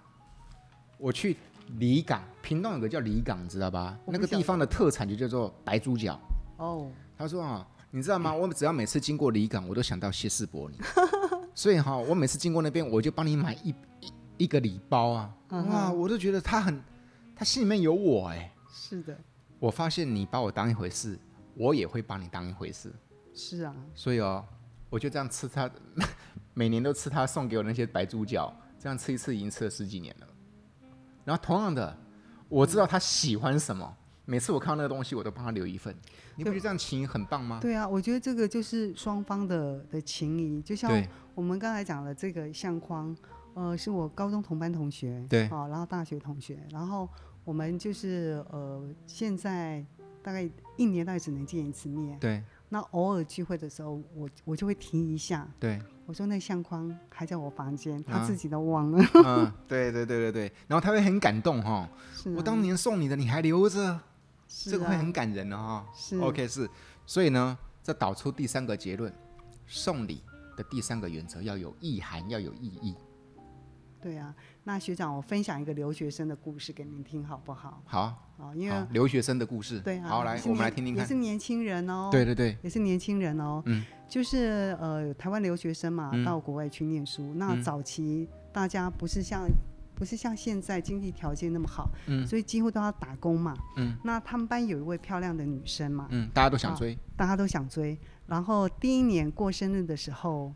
[SPEAKER 1] 我去离港，屏东有个叫离港，你知道吧？
[SPEAKER 2] 我不
[SPEAKER 1] 那个
[SPEAKER 2] 晓
[SPEAKER 1] 地方的特产就叫做白猪脚。”
[SPEAKER 2] 哦，
[SPEAKER 1] 他说啊，你知道吗？我只要每次经过离港，我都想到谢世伯你， 所以哈、我每次经过那边，我就帮你买一一一个礼包啊，
[SPEAKER 2] 嗯哼
[SPEAKER 1] 哇，我都觉得他很，他心里面有我哎。
[SPEAKER 2] 是的，
[SPEAKER 1] 我发现你把我当一回事，我也会把你当一回事，
[SPEAKER 2] 是啊，
[SPEAKER 1] 所以哦，我就这样吃他， 每年都吃他送给我那些白猪脚，这样吃一次已经吃了十几年了。然后同样的，我知道他喜欢什么，每次我看到那个东西，我都帮他留一份。你不觉得这样情谊很棒吗？
[SPEAKER 2] 对啊，我觉得这个就是双方的的情谊，就像
[SPEAKER 1] 对
[SPEAKER 2] 我们刚才讲的这个相框，呃，是我高中同班同学，
[SPEAKER 1] 对
[SPEAKER 2] 好、然后大学同学，然后我们就是呃，现在大概一年大概只能见一次面，
[SPEAKER 1] 对
[SPEAKER 2] 那偶尔聚会的时候，我我就会提一下，
[SPEAKER 1] 对，
[SPEAKER 2] 我说那相框还在我房间，他
[SPEAKER 1] 啊
[SPEAKER 2] 自己都忘了。
[SPEAKER 1] 嗯，对对对对对，然后他会很感动哈、
[SPEAKER 2] 是啊、
[SPEAKER 1] 我当年送你的，你还留着，
[SPEAKER 2] 是、啊、
[SPEAKER 1] 这个会很感人的哈、
[SPEAKER 2] 是
[SPEAKER 1] OK，是，所以呢，这导出第三个结论，送礼的第三个原则要有意涵，要有意义。
[SPEAKER 2] 对啊。那学长，我分享一个留学生的故事给您听好不好？
[SPEAKER 1] 好，
[SPEAKER 2] 啊，因为
[SPEAKER 1] 好，留学生的故事，
[SPEAKER 2] 对啊，
[SPEAKER 1] 好，
[SPEAKER 2] 也
[SPEAKER 1] 来
[SPEAKER 2] 是，
[SPEAKER 1] 我们
[SPEAKER 2] 年
[SPEAKER 1] 来听听
[SPEAKER 2] 也
[SPEAKER 1] 看
[SPEAKER 2] 是。年轻人哦，
[SPEAKER 1] 对，对对，
[SPEAKER 2] 也是年轻人哦，
[SPEAKER 1] 嗯，
[SPEAKER 2] 就是呃，台湾留学生嘛，
[SPEAKER 1] 嗯
[SPEAKER 2] 到国外去念书。那
[SPEAKER 1] 嗯
[SPEAKER 2] 早期大家不是像。不是像现在经济条件那么好，
[SPEAKER 1] 嗯
[SPEAKER 2] 所以几乎都要打工嘛。
[SPEAKER 1] 嗯，
[SPEAKER 2] 那他们班有一位漂亮的女生嘛，
[SPEAKER 1] 嗯，大家都想
[SPEAKER 2] 好
[SPEAKER 1] 追，
[SPEAKER 2] 大家都想追。然后第一年过生日的时候，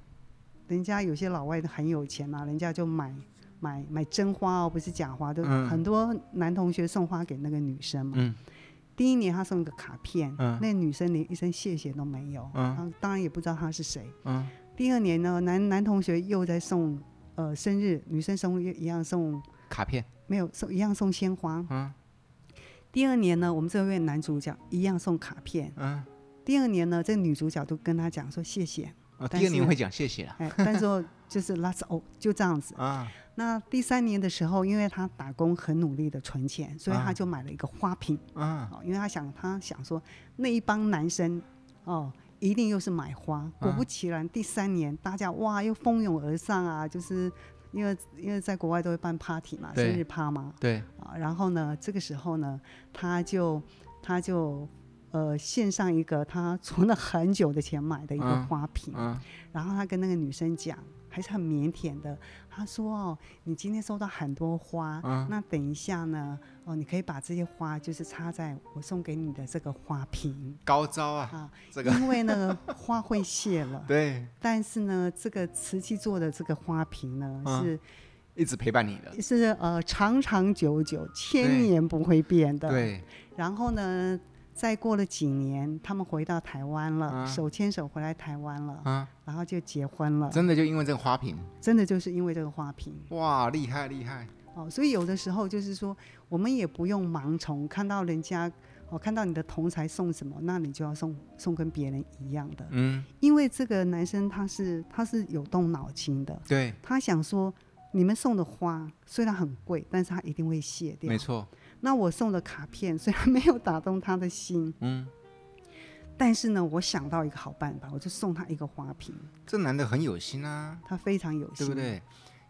[SPEAKER 2] 人家有些老外很有钱嘛、人家就买买买真花哦，不是假花，都
[SPEAKER 1] 嗯
[SPEAKER 2] 很多男同学送花给那个女生嘛。
[SPEAKER 1] 嗯
[SPEAKER 2] 第一年他送一个卡片，
[SPEAKER 1] 嗯
[SPEAKER 2] 那女生连一声谢谢都没有，
[SPEAKER 1] 嗯
[SPEAKER 2] 然后当然也不知道他是谁。
[SPEAKER 1] 嗯
[SPEAKER 2] 第二年呢，男男同学又在送呃生日，女生生日一样送
[SPEAKER 1] 卡片，
[SPEAKER 2] 没有送一样送鲜花。
[SPEAKER 1] 嗯
[SPEAKER 2] 第二年呢，我们这位男主角一样送卡片。
[SPEAKER 1] 嗯，
[SPEAKER 2] 第二年呢，这女主角都跟他讲说谢谢，
[SPEAKER 1] 啊，
[SPEAKER 2] 但
[SPEAKER 1] 第二年
[SPEAKER 2] 是
[SPEAKER 1] 会讲谢谢了
[SPEAKER 2] 哎，但是就是拉 a 哦，就这样子。
[SPEAKER 1] 啊，
[SPEAKER 2] 那第三年的时候，因为他打工很努力的存钱，所以
[SPEAKER 1] 啊
[SPEAKER 2] 他就买了一个花瓶，
[SPEAKER 1] 啊
[SPEAKER 2] 哦，因为他想他想说那一帮男生哦。一定又是买花，果
[SPEAKER 1] 嗯
[SPEAKER 2] 不其然，第三年大家哇又蜂拥而上啊，就是因为因为在国外都会办 party 嘛，生
[SPEAKER 1] 对
[SPEAKER 2] 日趴嘛，
[SPEAKER 1] 对，
[SPEAKER 2] 啊，然后呢，这个时候呢，他就他就呃献上一个他存了很久的钱买的一个
[SPEAKER 1] 嗯
[SPEAKER 2] 花瓶，
[SPEAKER 1] 嗯
[SPEAKER 2] 然后他跟那个女生讲，还是很腼腆的。他说：“哦，你今天收到很多花，
[SPEAKER 1] 嗯
[SPEAKER 2] 那等一下呢，哦，你可以把这些花就是插在我送给你的这个花瓶
[SPEAKER 1] 高招啊，
[SPEAKER 2] 啊，
[SPEAKER 1] 这个
[SPEAKER 2] 因为呢花会 谢了，
[SPEAKER 1] 对，
[SPEAKER 2] 但是呢，这个瓷器做的这个花瓶呢、
[SPEAKER 1] 嗯一直陪伴你的，
[SPEAKER 2] 是是呃长长久久、千
[SPEAKER 1] 对
[SPEAKER 2] 年不会变的。
[SPEAKER 1] 对，
[SPEAKER 2] 然后呢，再过了几年，他们回到台湾了，
[SPEAKER 1] 啊
[SPEAKER 2] 手牵手回来台湾了，
[SPEAKER 1] 啊，
[SPEAKER 2] 然后就结婚了。
[SPEAKER 1] 真的就因为这个花瓶，
[SPEAKER 2] 真的就是因为这个花瓶
[SPEAKER 1] 哇，厉害厉害，
[SPEAKER 2] 哦，所以有的时候就是说，我们也不用盲从，看到人家哦，看到你的同才送什么，那你就要送送跟别人一样的，
[SPEAKER 1] 嗯，
[SPEAKER 2] 因为这个男生他是他是有动脑筋的，
[SPEAKER 1] 对，
[SPEAKER 2] 他想说。你们送的花虽然很贵，但是他一定会谢掉
[SPEAKER 1] 没。错，
[SPEAKER 2] 那我送的卡片虽然没有打动他的心，
[SPEAKER 1] 嗯，
[SPEAKER 2] 但是呢，我想到一个好办法，我就送他一个花瓶，
[SPEAKER 1] 这男的很有心啊，
[SPEAKER 2] 他非常有
[SPEAKER 1] 对
[SPEAKER 2] 心，
[SPEAKER 1] 不？对？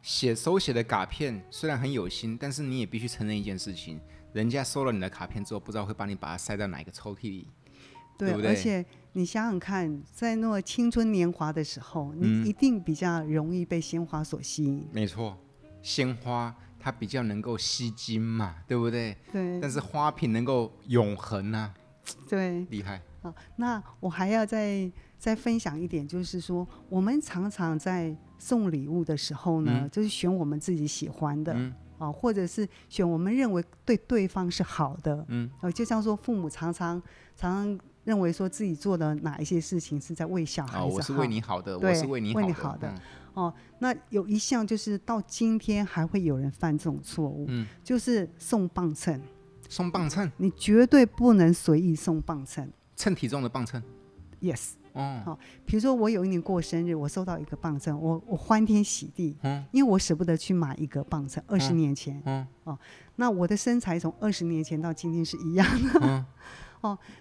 [SPEAKER 1] 写手写的卡片虽然很有心，但是你也必须承认一件事情，人家收了你的卡片之后，不知道会把你把它塞到哪一个抽屉里。
[SPEAKER 2] 对
[SPEAKER 1] 对不对
[SPEAKER 2] 而且你想想看，在那青春年华的时候，
[SPEAKER 1] 嗯
[SPEAKER 2] 你一定比较容易被鲜花所吸引，
[SPEAKER 1] 没错，鲜花它比较能够吸睛嘛，对不对？但
[SPEAKER 2] 对
[SPEAKER 1] 是花瓶能够永恒啊，
[SPEAKER 2] 对。
[SPEAKER 1] 厉害。
[SPEAKER 2] 好，那我还要再再分享一点，就是说，我们常常在送礼物的时候呢，就是选我们自己喜欢的。
[SPEAKER 1] 嗯
[SPEAKER 2] 啊，或者是选我们认为对对方是好的，
[SPEAKER 1] 嗯，
[SPEAKER 2] 呃，就像说父母常常常常认为说自己做的哪一些事情是在为小孩子
[SPEAKER 1] 啊，
[SPEAKER 2] 好，
[SPEAKER 1] 我是为你好的，
[SPEAKER 2] 对
[SPEAKER 1] 我是为你好
[SPEAKER 2] 为
[SPEAKER 1] 的，
[SPEAKER 2] 你好的
[SPEAKER 1] 嗯
[SPEAKER 2] 哦，那有一项就是到今天还会有人犯这种错误，
[SPEAKER 1] 嗯
[SPEAKER 2] 就是送磅秤，
[SPEAKER 1] 送磅秤，
[SPEAKER 2] 你绝对不能随意送磅秤。
[SPEAKER 1] 称体重的磅秤。
[SPEAKER 2] Yes，
[SPEAKER 1] 哦，
[SPEAKER 2] 比如说我有一年过生日，我收到一个磅秤，我我欢天喜地，
[SPEAKER 1] 嗯
[SPEAKER 2] 因为我舍不得去买一个磅秤，二十
[SPEAKER 1] 嗯
[SPEAKER 2] 年前，哦
[SPEAKER 1] 嗯
[SPEAKER 2] 那我的身材从二十年前到今天是一样的， 哦
[SPEAKER 1] 嗯，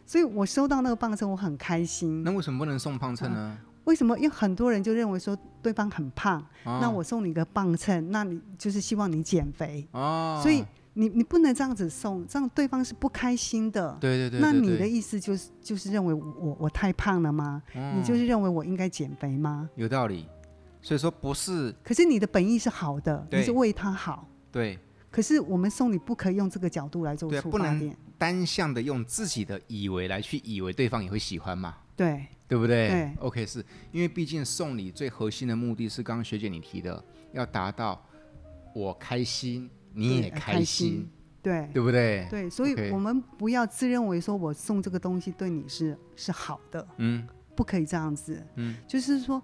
[SPEAKER 2] 所以我收到那个磅秤，我很开心。
[SPEAKER 1] 那为什么不能送磅秤呢？
[SPEAKER 2] 为什么？因为很多人就认为说对方很胖，
[SPEAKER 1] 哦
[SPEAKER 2] 啊那我送你一个磅秤，那你就是希望你减肥，
[SPEAKER 1] 哦，
[SPEAKER 2] 所以你你不能这样子送，这样对方是不开心的。
[SPEAKER 1] 对对对，
[SPEAKER 2] 那
[SPEAKER 1] 对
[SPEAKER 2] 你的
[SPEAKER 1] 对
[SPEAKER 2] 意思就是就是认为我我我太胖了吗？
[SPEAKER 1] 嗯
[SPEAKER 2] 你就是认为我应该减肥吗？
[SPEAKER 1] 有道理，所以说不是
[SPEAKER 2] 可是你的本意是好的，
[SPEAKER 1] 对
[SPEAKER 2] 你是为他好。
[SPEAKER 1] 对
[SPEAKER 2] 可是我们送礼不可以用这个角度来做
[SPEAKER 1] 对啊
[SPEAKER 2] 出
[SPEAKER 1] 不
[SPEAKER 2] 发
[SPEAKER 1] 能
[SPEAKER 2] 点，
[SPEAKER 1] 单向的用自己的以为来去以为对方也会喜欢嘛，
[SPEAKER 2] 对
[SPEAKER 1] 对不对？
[SPEAKER 2] 对
[SPEAKER 1] o k 是因为毕竟送礼最核心的目的是刚刚学姐你提的，要达到我开心，你
[SPEAKER 2] 对
[SPEAKER 1] 也
[SPEAKER 2] 开
[SPEAKER 1] 开
[SPEAKER 2] 心
[SPEAKER 1] 心，
[SPEAKER 2] 对
[SPEAKER 1] 对不对？
[SPEAKER 2] 对，所以
[SPEAKER 1] OK
[SPEAKER 2] 我们不要自认为说我送这个东西对你是是好的，
[SPEAKER 1] 嗯
[SPEAKER 2] 不可以这样子。
[SPEAKER 1] 嗯，
[SPEAKER 2] 就是说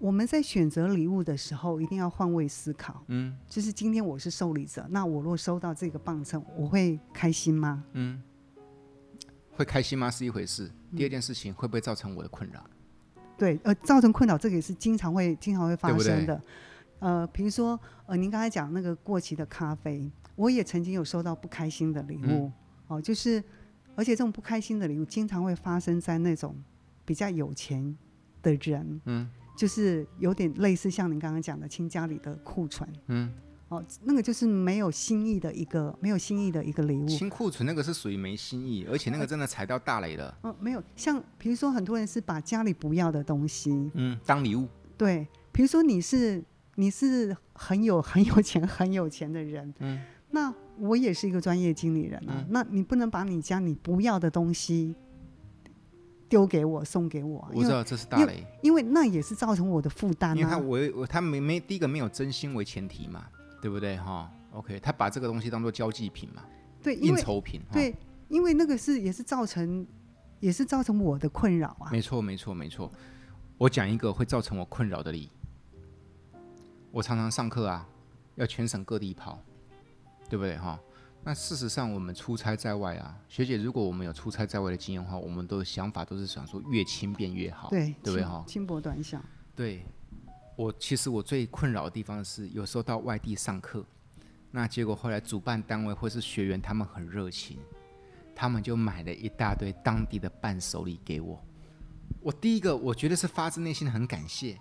[SPEAKER 2] 我们在选择礼物的时候，一定要换位思考。
[SPEAKER 1] 嗯
[SPEAKER 2] 就是今天我是受礼者，那我若收到这个磅秤，我会开心吗？
[SPEAKER 1] 嗯，会开心吗是一回事，第二件事情会不会造成我的困扰？
[SPEAKER 2] 对，呃，造成困扰这个也是经常会经常会发
[SPEAKER 1] 对不对
[SPEAKER 2] 生的。呃，比如说，呃，您刚才讲那个过期的咖啡，我也曾经有收到不开心的礼物，
[SPEAKER 1] 嗯
[SPEAKER 2] 哦，就是，而且这种不开心的礼物经常会发生在那种比较有钱的人，
[SPEAKER 1] 嗯
[SPEAKER 2] 就是有点类似像您刚刚讲的清家里的库存，
[SPEAKER 1] 嗯，
[SPEAKER 2] 哦，那个就是没有心意的一个没有心意的一个礼物，
[SPEAKER 1] 新库存那个是属于没新意，而
[SPEAKER 2] 呃
[SPEAKER 1] 且那个真的踩到大雷了。
[SPEAKER 2] 嗯，没有，像比如说很多人是把家里不要的东西，
[SPEAKER 1] 嗯，当礼物，
[SPEAKER 2] 对，比如说你是你是很有很有钱很有钱的人，
[SPEAKER 1] 嗯，
[SPEAKER 2] 那我也是一个专业经理人啊，
[SPEAKER 1] 嗯
[SPEAKER 2] 那你不能把你家你不要的东西丢给我送给我啊，
[SPEAKER 1] 我
[SPEAKER 2] 因
[SPEAKER 1] 知
[SPEAKER 2] 为
[SPEAKER 1] 道这是大雷，
[SPEAKER 2] 因为那也是造成我的负担
[SPEAKER 1] 因为他
[SPEAKER 2] 啊，
[SPEAKER 1] 我我他没没第一个没有真心为前提嘛，对不对哈、OK，他把这个东西当做交际品嘛，
[SPEAKER 2] 对，因
[SPEAKER 1] 应
[SPEAKER 2] 为
[SPEAKER 1] 酬啊品。哈，
[SPEAKER 2] 对，因为那个是也是造成也是造成我的困扰啊，
[SPEAKER 1] 没错没错没错。我讲一个会造成我困扰的例，我常常上课啊，要全省各地跑，对不对哈、那事实上，我们出差在外啊，学姐，如果我们有出差在外的经验的话，我们的想法都是想说越轻便越好，
[SPEAKER 2] 对
[SPEAKER 1] 对不对
[SPEAKER 2] 轻
[SPEAKER 1] 哈？
[SPEAKER 2] 轻薄短小，
[SPEAKER 1] 对，我其实我最困扰的地方是，有时候到外地上课，那结果后来主办单位或是学员他们很热情，他们就买了一大堆当地的伴手礼给我。我第一个我觉得是发自内心的很感谢，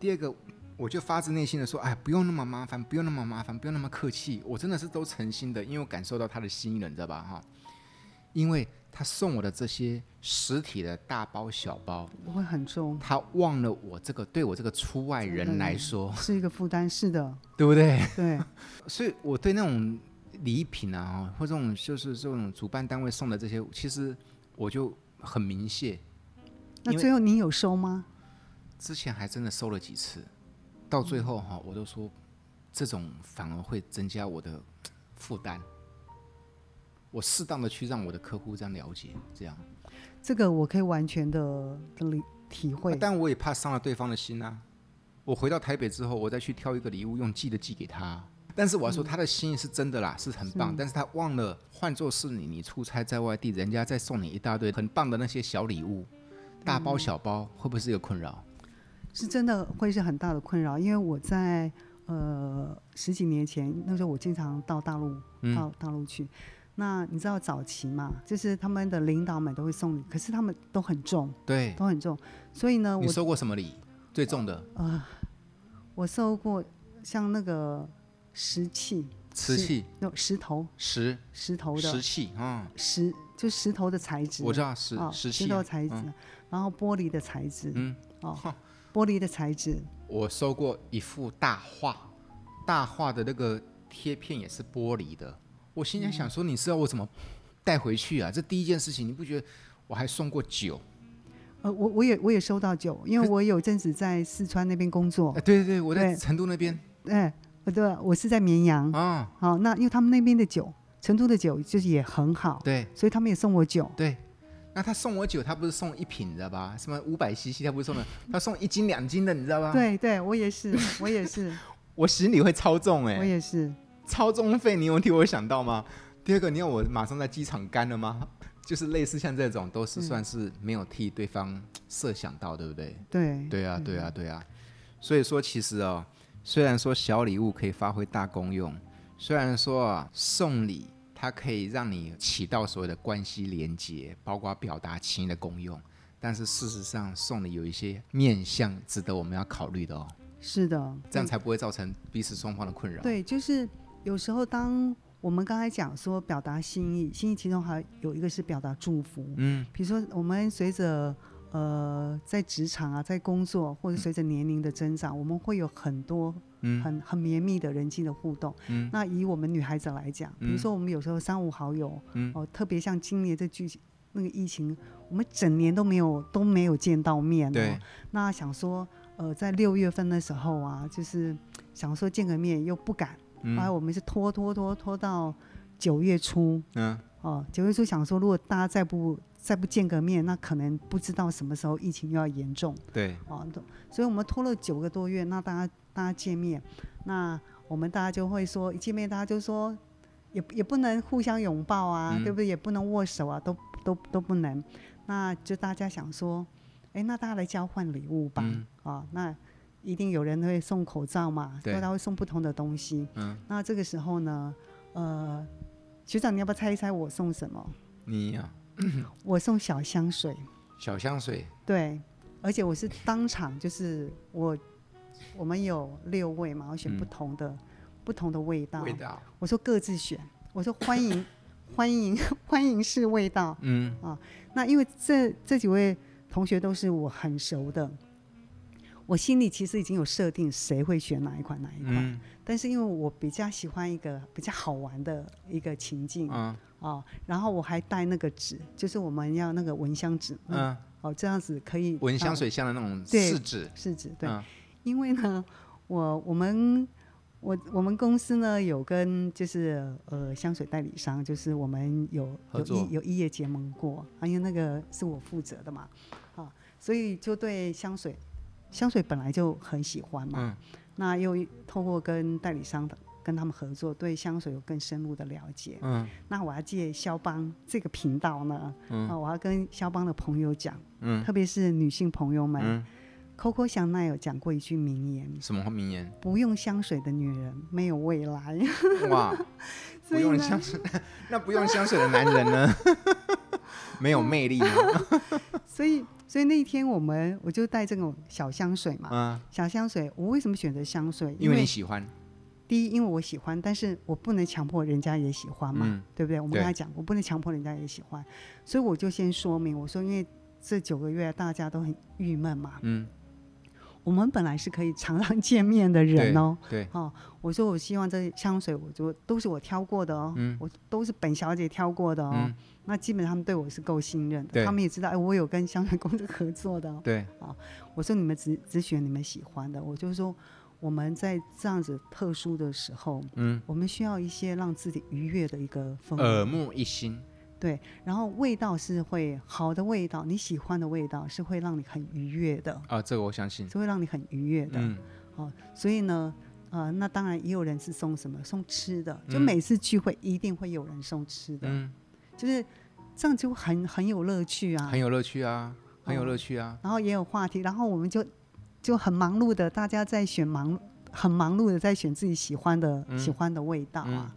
[SPEAKER 1] 第二个我就发自内心的说，哎，不用那么麻烦，不用那么麻烦，不用那么客气，我真的是都诚心的，因为我感受到他的心意了，你知道吧？哈，因为他送我的这些实体的大包小包，
[SPEAKER 2] 我会很重。
[SPEAKER 1] 他忘了我这个对我这个出外人来说，
[SPEAKER 2] 是一个负担，是 的，
[SPEAKER 1] 对不对？
[SPEAKER 2] 对，
[SPEAKER 1] 所以我对那种礼品啊，或这种就是这种主办单位送的这些，其实我就很明谢。因
[SPEAKER 2] 那
[SPEAKER 1] 为
[SPEAKER 2] 最后你有收吗？
[SPEAKER 1] 之前还真的收了几次，到最后哈、我都说这种反而会增加我的负担。我适当的去让我的客户这样了解，这样，
[SPEAKER 2] 这个我可以完全的理体会。
[SPEAKER 1] 啊但我也怕伤了对方的心啊。我回到台北之后，我再去挑一个礼物用寄的寄给他。但是我
[SPEAKER 2] 嗯
[SPEAKER 1] 要说，他的心意是真的啦，是很棒。但是他忘了，换做是你，你出差在外地，人家再送你一大堆很棒的那些小礼物，大包
[SPEAKER 2] 嗯
[SPEAKER 1] 小包，会不会是一个困扰？
[SPEAKER 2] 是真的会是很大的困扰，因为我在呃十几年前，那时候我经常到大陆，
[SPEAKER 1] 嗯
[SPEAKER 2] 到大陆去。那你知道早期嘛，就是他们的领导们都会送礼，可是他们都很重，
[SPEAKER 1] 对，
[SPEAKER 2] 都很重。所以呢，
[SPEAKER 1] 你
[SPEAKER 2] 我
[SPEAKER 1] 收过什么礼？最重的
[SPEAKER 2] 我收过像那个石器，
[SPEAKER 1] 瓷器、
[SPEAKER 2] 那石头，
[SPEAKER 1] 石
[SPEAKER 2] 石头
[SPEAKER 1] 石
[SPEAKER 2] 的
[SPEAKER 1] 器啊，
[SPEAKER 2] 石，就石头的材质，
[SPEAKER 1] 我知道石
[SPEAKER 2] 啊，
[SPEAKER 1] 石
[SPEAKER 2] 石
[SPEAKER 1] 器
[SPEAKER 2] 头材质，然后玻璃的材质，
[SPEAKER 1] 嗯，
[SPEAKER 2] 哦，玻璃的材质，
[SPEAKER 1] 我收过一幅大画，大画的那个贴片也是玻璃的。我心里想说，你知道我怎么带回去啊？这第一件事情，你不觉得？我还送过酒，
[SPEAKER 2] 呃，我我也我也收到酒，因为我有阵子在四川那边工作
[SPEAKER 1] 哎，，对对对，我在
[SPEAKER 2] 哦对
[SPEAKER 1] 成都那边
[SPEAKER 2] 哎，呃对，我是在绵阳，
[SPEAKER 1] 啊，
[SPEAKER 2] 好，那因为他们那边的酒，成都的酒就是也很好，
[SPEAKER 1] 对
[SPEAKER 2] 所以他们也送我酒，
[SPEAKER 1] 对。那他送我酒，他不是送一瓶的吧？什么五百 CC，他不是送的，他送一斤两斤的，你知道吧？，
[SPEAKER 2] 对对，我也是，我 也是，
[SPEAKER 1] 我行李会超重哎、
[SPEAKER 2] 我也是，
[SPEAKER 1] 超重费，你有替我想到吗？第二个，你要我马上在机场干了吗？就是类似像这种，都
[SPEAKER 2] 嗯
[SPEAKER 1] 是算是没有替对方设想到，对不对？
[SPEAKER 2] 对
[SPEAKER 1] 对啊，对啊，对啊。所以说，其实哦，虽然说小礼物可以发挥大功用，虽然说啊，送礼它可以让你起到所谓的关系连接，包括表达情谊的功用，但是事实上，送礼有一些面向值得我们要考虑的哦，
[SPEAKER 2] 是的，
[SPEAKER 1] 这样才不会造成彼此双方的困扰。，
[SPEAKER 2] 嗯对，就是有时候当我们刚才讲说表达心意，心意其中还有一个是表达祝福，
[SPEAKER 1] 嗯，
[SPEAKER 2] 比如说我们随着呃在职场啊，在工作或者随着年龄的增长，我们会有很多
[SPEAKER 1] 嗯
[SPEAKER 2] 很很绵密的人际的互动。
[SPEAKER 1] 嗯
[SPEAKER 2] 那以我们女孩子来讲，比如说我们有时候三五好友，
[SPEAKER 1] 嗯
[SPEAKER 2] 哦，特别像今年这剧情那个疫情，我们整年都没有都没有见到面、哦。
[SPEAKER 1] 对。
[SPEAKER 2] 那想说，呃，在六月份的时候啊，就是想说见个面又不敢，
[SPEAKER 1] 嗯
[SPEAKER 2] 后来我们是拖拖拖拖到九月初，
[SPEAKER 1] 嗯，
[SPEAKER 2] 哦，九月初想说，如果大家再不再不见个面，那可能不知道什么时候疫情又要严重
[SPEAKER 1] 对，
[SPEAKER 2] 哦，都所以我们拖了九个多月，那大家大家见面，那我们大家就会说，一见面大家就说，也也不能互相拥抱啊，
[SPEAKER 1] 嗯
[SPEAKER 2] 对不对？也不能握手啊，都都都不能，那就大家想说，哎，那大家来交换礼物吧，
[SPEAKER 1] 嗯
[SPEAKER 2] 啊，那一定有人会送口罩嘛，
[SPEAKER 1] 对
[SPEAKER 2] 大家会送不同的东西，
[SPEAKER 1] 嗯，
[SPEAKER 2] 那这个时候呢，呃，学长，你要不要猜一猜我送什么？
[SPEAKER 1] 你呀、
[SPEAKER 2] 我送小香水，
[SPEAKER 1] 小香水，
[SPEAKER 2] 对，而且我是当场就是我，我们有六位嘛，我选
[SPEAKER 1] 嗯
[SPEAKER 2] 不同的、不同的味道，
[SPEAKER 1] 味道，
[SPEAKER 2] 我说各自选，我说欢迎 欢迎欢迎是味道，
[SPEAKER 1] 嗯
[SPEAKER 2] 那因为这这几位同学都是我很熟的，我心里其实已经有设定谁会选哪一款哪一款，
[SPEAKER 1] 嗯
[SPEAKER 2] 但是因为我比较喜欢一个比较好玩的一个情境
[SPEAKER 1] 嗯
[SPEAKER 2] 哦，然后我还带那个纸，就是我们要那个蚊香纸，嗯，
[SPEAKER 1] 嗯，
[SPEAKER 2] 哦，这样子可以
[SPEAKER 1] 闻香水香的那种
[SPEAKER 2] 对
[SPEAKER 1] 试纸，
[SPEAKER 2] 是指对，
[SPEAKER 1] 嗯
[SPEAKER 2] 因为呢，我我们我我们公司呢有跟就是呃香水代理商，就是我们有
[SPEAKER 1] 合
[SPEAKER 2] 有
[SPEAKER 1] 作
[SPEAKER 2] 一有异业结盟过，啊，因为那个是我负责的嘛，啊，所以就对香水香水本来就很喜欢嘛，
[SPEAKER 1] 嗯
[SPEAKER 2] 那又透过跟代理商的跟他们合作，对香水有更深入的了解。
[SPEAKER 1] 嗯
[SPEAKER 2] 那我要借肖邦这个频道呢，
[SPEAKER 1] 嗯
[SPEAKER 2] 啊，我要跟肖邦的朋友讲，
[SPEAKER 1] 嗯
[SPEAKER 2] 特别是女性朋友们
[SPEAKER 1] 嗯，
[SPEAKER 2] ，Coco 香奈有讲过一句名言：
[SPEAKER 1] 什么名 言？
[SPEAKER 2] 不用香水的女人没有未来。
[SPEAKER 1] 哇，不
[SPEAKER 2] 所以
[SPEAKER 1] 用
[SPEAKER 2] 呢，
[SPEAKER 1] 香水， 那不用香水的男人 呢？没有魅力吗？
[SPEAKER 2] 所以所以那一天我们我就带这种小香水嘛，
[SPEAKER 1] 嗯，
[SPEAKER 2] 小香水。我为什么选择香水？
[SPEAKER 1] 因为你喜欢，
[SPEAKER 2] 第一，因为我喜欢，但是我不能强迫人家也喜欢嘛，
[SPEAKER 1] 嗯
[SPEAKER 2] 对不对？我们
[SPEAKER 1] 对
[SPEAKER 2] 刚才讲，我不能强迫人家也喜欢，所以我就先说明，我说因为这九个月大家都很郁闷嘛，
[SPEAKER 1] 嗯，
[SPEAKER 2] 我们本来是可以常常见面的人哦。
[SPEAKER 1] 对，
[SPEAKER 2] 哦，我说我希望这香水，我就都是我挑过的哦，
[SPEAKER 1] 嗯
[SPEAKER 2] 我都是本小姐挑过的哦。
[SPEAKER 1] 嗯
[SPEAKER 2] 那基本上他们对我是够信任
[SPEAKER 1] 对
[SPEAKER 2] 的，他们也知道，哎，我有跟香水公司合作的哦。
[SPEAKER 1] 对，
[SPEAKER 2] 我说你们只只选你们喜欢的，我就说我们在这样子特殊的时候，
[SPEAKER 1] 嗯，
[SPEAKER 2] 我们需要一些让自己愉悦的一个氛围。
[SPEAKER 1] 耳目一新，
[SPEAKER 2] 对，然后味道是会好的味道，你喜欢的味道是会让你很愉悦的，
[SPEAKER 1] 啊，这个我相信。
[SPEAKER 2] 是会让你很愉悦的。
[SPEAKER 1] 嗯，
[SPEAKER 2] 哦，所以呢，呃，那当然也有人是送什么，送吃的，就
[SPEAKER 1] 嗯
[SPEAKER 2] 每次聚会一定会有人送吃的，
[SPEAKER 1] 嗯，
[SPEAKER 2] 就是这样就很很有乐趣啊
[SPEAKER 1] 很。有乐趣啊，很有
[SPEAKER 2] 哦
[SPEAKER 1] 乐趣啊。
[SPEAKER 2] 然后也有话题，然后我们就就很忙碌的，大家在选忙很忙碌的在选自己喜欢的、
[SPEAKER 1] 嗯
[SPEAKER 2] 喜欢的味道啊。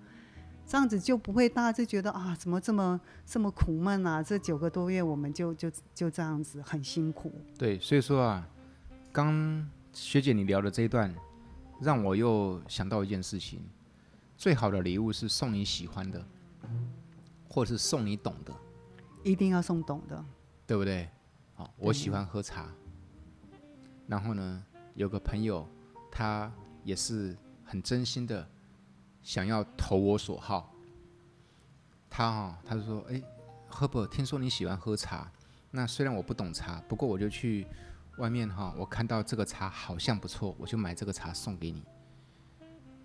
[SPEAKER 2] 这样子就不会，大家就觉得啊，怎么这么这么苦闷啊？这九个多月，我们就就就这样子很辛苦。
[SPEAKER 1] 对，所以说啊，刚学姐你聊的这一段，让我又想到一件事情：最好的礼物是送你喜欢的，或是送你懂的，
[SPEAKER 2] 一定要送懂的，
[SPEAKER 1] 对不对？好、我
[SPEAKER 2] 对
[SPEAKER 1] 喜欢喝茶。然后呢，有个朋友，他也是很真心的想要投我所好。他哦，他就说：“哎，Herbert，听说你喜欢喝茶，那虽然我不懂茶，不过我就去外面哈、我看到这个茶好像不错，我就买这个茶送给你。”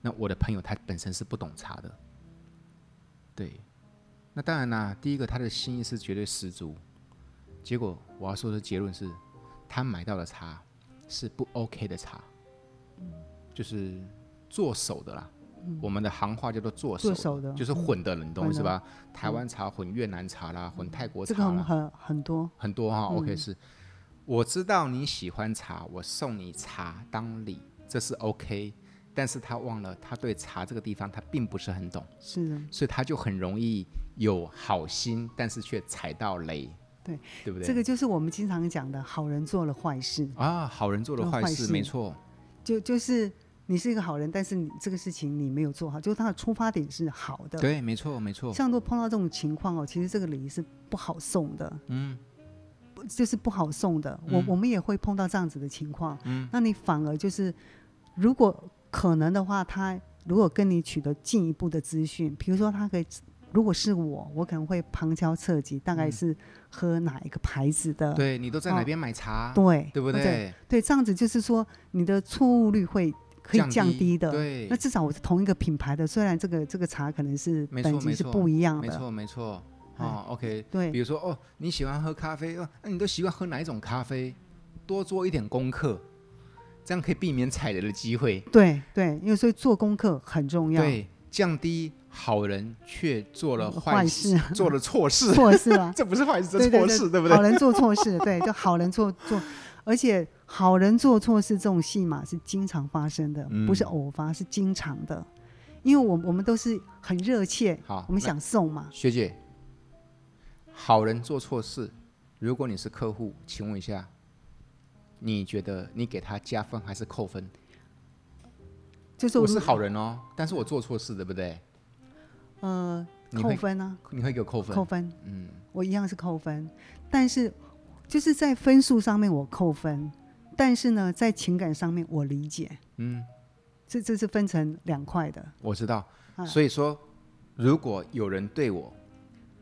[SPEAKER 1] 那我的朋友他本身是不懂茶的，对。那当然啦、第一个他的心意是绝对十足，结果我要说的结论是，他买到的茶是不 OK 的茶，就是做手的啦。我们的行话叫做做手的，
[SPEAKER 2] 做手的
[SPEAKER 1] 就是混的了，你懂
[SPEAKER 2] 混
[SPEAKER 1] 是
[SPEAKER 2] 的嗯
[SPEAKER 1] 吧？台湾茶混越南茶啦，混泰国
[SPEAKER 2] 这
[SPEAKER 1] 茶
[SPEAKER 2] 个很嗯
[SPEAKER 1] 啦，
[SPEAKER 2] 很很多，
[SPEAKER 1] 很多哈。OK，是，我知道你喜欢茶，我送你茶当礼，这是 OK。但是他忘了，他对茶这个地方他并不是很懂，
[SPEAKER 2] 是的，
[SPEAKER 1] 所以他就很容易有好心，但是却踩到雷。
[SPEAKER 2] 对，
[SPEAKER 1] 对不对？
[SPEAKER 2] 这个就是我们经常讲的，好人做了坏事，
[SPEAKER 1] 啊，好人做了
[SPEAKER 2] 做
[SPEAKER 1] 坏
[SPEAKER 2] 坏
[SPEAKER 1] 事，
[SPEAKER 2] 事
[SPEAKER 1] 没错，
[SPEAKER 2] 就就是你是一个好人，但是你这个事情你没有做好，就是他的出发点是好的。
[SPEAKER 1] 对，没错，没错，
[SPEAKER 2] 像如果碰到这种情况哦，其实这个礼是不好送的，
[SPEAKER 1] 嗯，
[SPEAKER 2] 不就是不好送的。我
[SPEAKER 1] 嗯
[SPEAKER 2] 我们也会碰到这样子的情况，
[SPEAKER 1] 嗯，
[SPEAKER 2] 那你反而就是，如果可能的话，他如果跟你取得进一步的资讯，比如说他可以，如果是我，我可能会旁敲侧击，大概
[SPEAKER 1] 嗯
[SPEAKER 2] 是喝哪一个牌子的，
[SPEAKER 1] 对你都在哪
[SPEAKER 2] 哦
[SPEAKER 1] 边买茶，
[SPEAKER 2] 对
[SPEAKER 1] 对不
[SPEAKER 2] 或者
[SPEAKER 1] 对？
[SPEAKER 2] 对，这样子就是说你的错误率会可以降低的。
[SPEAKER 1] 对
[SPEAKER 2] 那，至少我是同一个品牌的，虽然这个这个茶可能是
[SPEAKER 1] 没
[SPEAKER 2] 等
[SPEAKER 1] 错没
[SPEAKER 2] 级是
[SPEAKER 1] 错
[SPEAKER 2] 不一样
[SPEAKER 1] 没
[SPEAKER 2] 的，
[SPEAKER 1] 错，没错，
[SPEAKER 2] 哎
[SPEAKER 1] 哦，OK，
[SPEAKER 2] 对
[SPEAKER 1] 比如说哦，你喜欢喝咖啡，哦，那你都喜欢喝哪一种咖啡？多做一点功课，这样可以避免踩雷的机会，
[SPEAKER 2] 对对，因为所以做功课很重要，
[SPEAKER 1] 对，降低好人却做了
[SPEAKER 2] 嗯
[SPEAKER 1] 坏
[SPEAKER 2] 坏
[SPEAKER 1] 事， 做了错事，，
[SPEAKER 2] 错事啊
[SPEAKER 1] 这不是坏事， 这
[SPEAKER 2] 对
[SPEAKER 1] 是
[SPEAKER 2] 对
[SPEAKER 1] 错
[SPEAKER 2] 对，
[SPEAKER 1] 事，对不
[SPEAKER 2] 好
[SPEAKER 1] 对？
[SPEAKER 2] 人做错事，对，就好人做做，而且好人做错事这种戏码是经常发生的，不是
[SPEAKER 1] 嗯
[SPEAKER 2] 偶发，是经常的。因为我我们都是很热切，
[SPEAKER 1] 好
[SPEAKER 2] 我们
[SPEAKER 1] 那
[SPEAKER 2] 想送嘛，
[SPEAKER 1] 学姐，好人做错事，如果你是客户，请问一下，你觉得你给他加分还是扣分？
[SPEAKER 2] 就是
[SPEAKER 1] 我是好人哦，但是我做错事，对不对？
[SPEAKER 2] 呃
[SPEAKER 1] 你
[SPEAKER 2] 扣
[SPEAKER 1] 会
[SPEAKER 2] 分啊，
[SPEAKER 1] 你会给我扣分？
[SPEAKER 2] 扣分，
[SPEAKER 1] 嗯，
[SPEAKER 2] 我一样是扣分，但是就是在分数上面我扣分，但是呢，在情感上面我理解，
[SPEAKER 1] 嗯，
[SPEAKER 2] 这这是分成两块的，
[SPEAKER 1] 我知道。
[SPEAKER 2] 啊
[SPEAKER 1] 所以说，如果有人对我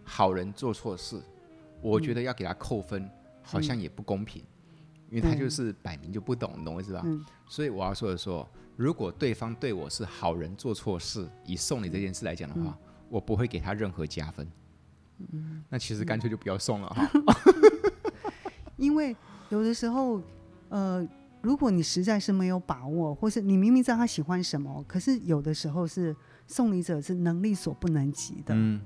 [SPEAKER 1] 好人做错事，我觉得要给他扣
[SPEAKER 2] 嗯
[SPEAKER 1] 分，好像也不公平，因为他就是摆明就不懂，你懂我意思吧？
[SPEAKER 2] 嗯
[SPEAKER 1] 所以我要说的说，如果对方对我是好人做错事，以送你这件事来讲的
[SPEAKER 2] 嗯
[SPEAKER 1] 话，我不会给他任何加分。那其实干脆就不要送了 哈。
[SPEAKER 2] 因为有的时候，呃，如果你实在是没有把握，或是你明明知道他喜欢什么，可是有的时候是送礼者是能力所不能及的，
[SPEAKER 1] 嗯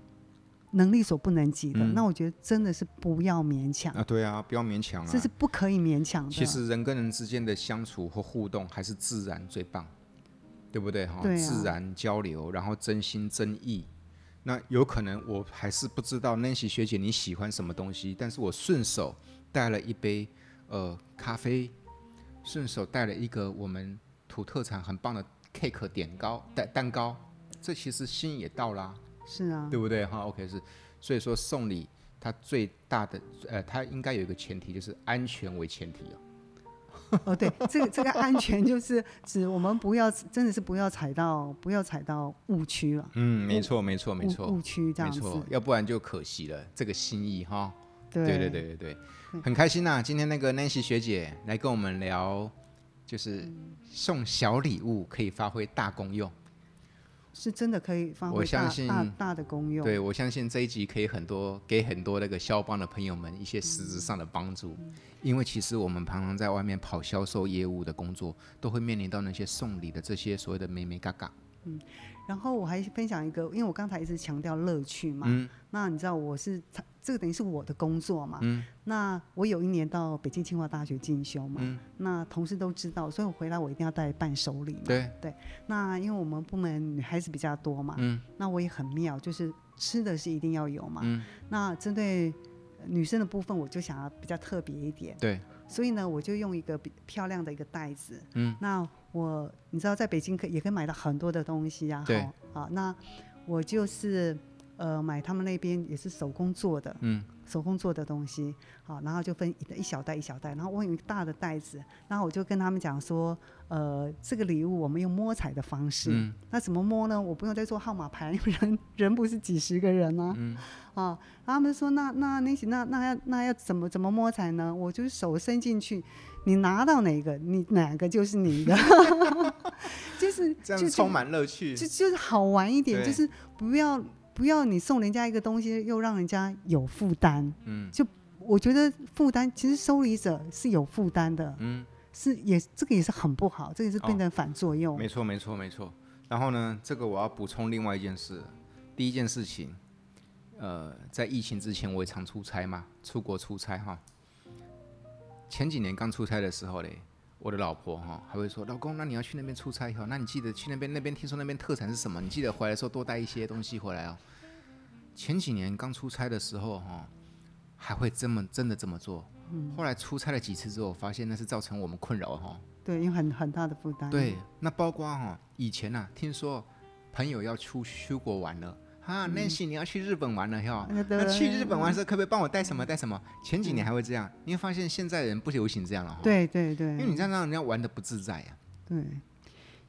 [SPEAKER 2] 能力所不能及的，
[SPEAKER 1] 嗯
[SPEAKER 2] 那我觉得真的是不要勉强，
[SPEAKER 1] 啊，对啊，不要勉强
[SPEAKER 2] 这是不可以勉强的。
[SPEAKER 1] 其实人跟人之间的相处或互动还是自然最棒，对不对哈？
[SPEAKER 2] 对啊
[SPEAKER 1] 自然交流，然后真心真意。那有可能我还是不知道 Nancy 学姐你喜欢什么东西，但是我顺手带了一杯呃咖啡，顺手带了一个我们土特产很棒的 cake 点糕蛋蛋糕，这其实心意也到啦、
[SPEAKER 2] 是啊，
[SPEAKER 1] 对不对哈？OK 是，所以说送礼它最大的呃，它应该有一个前提就是安全为前提哦。
[SPEAKER 2] 哦，对，这个这个安全就是指我们不要，真的是不要踩到，不要踩到误区了，
[SPEAKER 1] 嗯，没错，没错，没
[SPEAKER 2] 误
[SPEAKER 1] 错
[SPEAKER 2] 误，区这
[SPEAKER 1] 没
[SPEAKER 2] 样子，
[SPEAKER 1] 错，要不然就可惜了这个心意哈。对对
[SPEAKER 2] 对
[SPEAKER 1] 啊对对对，很开心呐、今天那个 Nancy 学姐来跟我们聊就是
[SPEAKER 2] 嗯
[SPEAKER 1] 送小礼物可以发挥大功用。
[SPEAKER 2] 是真的可以发
[SPEAKER 1] 我
[SPEAKER 2] 挥
[SPEAKER 1] 相
[SPEAKER 2] 大
[SPEAKER 1] 信
[SPEAKER 2] 大大的功用。
[SPEAKER 1] 对，我相信这一集可以很多给很多那个肖邦的朋友们一些实质上的帮助，
[SPEAKER 2] 嗯
[SPEAKER 1] 因为其实我们常常在外面跑销售业务的工作，都会面临到那些送礼的这些所谓的美美嘎嘎。
[SPEAKER 2] 然后我还分享一个，因为我刚才一直强调乐趣嘛，
[SPEAKER 1] 嗯
[SPEAKER 2] 那你知道我是这个等于是我的工作嘛，
[SPEAKER 1] 嗯
[SPEAKER 2] 那我有一年到北京清华大学进修嘛，
[SPEAKER 1] 嗯
[SPEAKER 2] 那同事都知道，所以我回来我一定要带伴手礼嘛。
[SPEAKER 1] 对，
[SPEAKER 2] 那因为我们部门女孩子比较多嘛，
[SPEAKER 1] 嗯
[SPEAKER 2] 那我也很妙，就是吃的是一定要有嘛。
[SPEAKER 1] 嗯
[SPEAKER 2] 那针对女生的部分，我就想要比较特别一点，
[SPEAKER 1] 对，
[SPEAKER 2] 所以呢，我就用一个比漂亮的一个袋子。
[SPEAKER 1] 嗯，
[SPEAKER 2] 那我你知道，在北京可也可以买到很多的东西啊。
[SPEAKER 1] 对
[SPEAKER 2] 好。啊，那我就是呃买他们那边也是手工做的，
[SPEAKER 1] 嗯
[SPEAKER 2] 手工做的东西，好，然后就分一一小袋一小袋，然后我有一个大的袋子，然后我就跟他们讲说，呃，这个礼物我们用摸彩的方式，
[SPEAKER 1] 嗯
[SPEAKER 2] 那怎么摸呢？我不用再做号码牌，因为人 人不是几十个人吗、
[SPEAKER 1] 嗯
[SPEAKER 2] 啊？然后他们说，那那那行，那那要那要怎么怎么摸彩呢？我就是手伸进去，你拿到哪个，你哪个就是你的， 就是
[SPEAKER 1] 这
[SPEAKER 2] 就
[SPEAKER 1] 样
[SPEAKER 2] 是
[SPEAKER 1] 充满乐趣。
[SPEAKER 2] 就就是好玩一点，
[SPEAKER 1] 对
[SPEAKER 2] 就是不要不要你送人家一个东西，又让人家有负担。
[SPEAKER 1] 嗯
[SPEAKER 2] 我觉得负担其实收礼者是有负担的，
[SPEAKER 1] 嗯，哦
[SPEAKER 2] 是也这个也是很不好，这个也是变成反作用。
[SPEAKER 1] 没错没错没错。然后呢，这个我要补充另外一件事，第一件事情，呃，在疫情之前我也常出差嘛，出国出差哈。前几年刚出差的时候嘞，我的老婆哈还会说：“老公，那你要去那边出差哈，那你记得去那边，那边听说那边特产是什么，你记得回来的时候多带一些东西回来哦。”前几年刚出差的时候哈，还会这么真的这么做。后来出差了几次之后，我发现那是造成我们困扰哈。
[SPEAKER 2] 对，因为很很大的负担。
[SPEAKER 1] 对，那包括哈、以前啊，听说朋友要出出国玩了。啊，Nancy，你要去日本玩了哈？
[SPEAKER 2] 嗯那嗯当
[SPEAKER 1] 那
[SPEAKER 2] 然
[SPEAKER 1] 去日本玩的时候，可不可以帮我带什么带什么？前几年还会这样，你会发现现在人不流行这样了哈。，
[SPEAKER 2] 嗯对对
[SPEAKER 1] 因为你
[SPEAKER 2] 对
[SPEAKER 1] 这样让人家玩的不自在呀。啊
[SPEAKER 2] 对，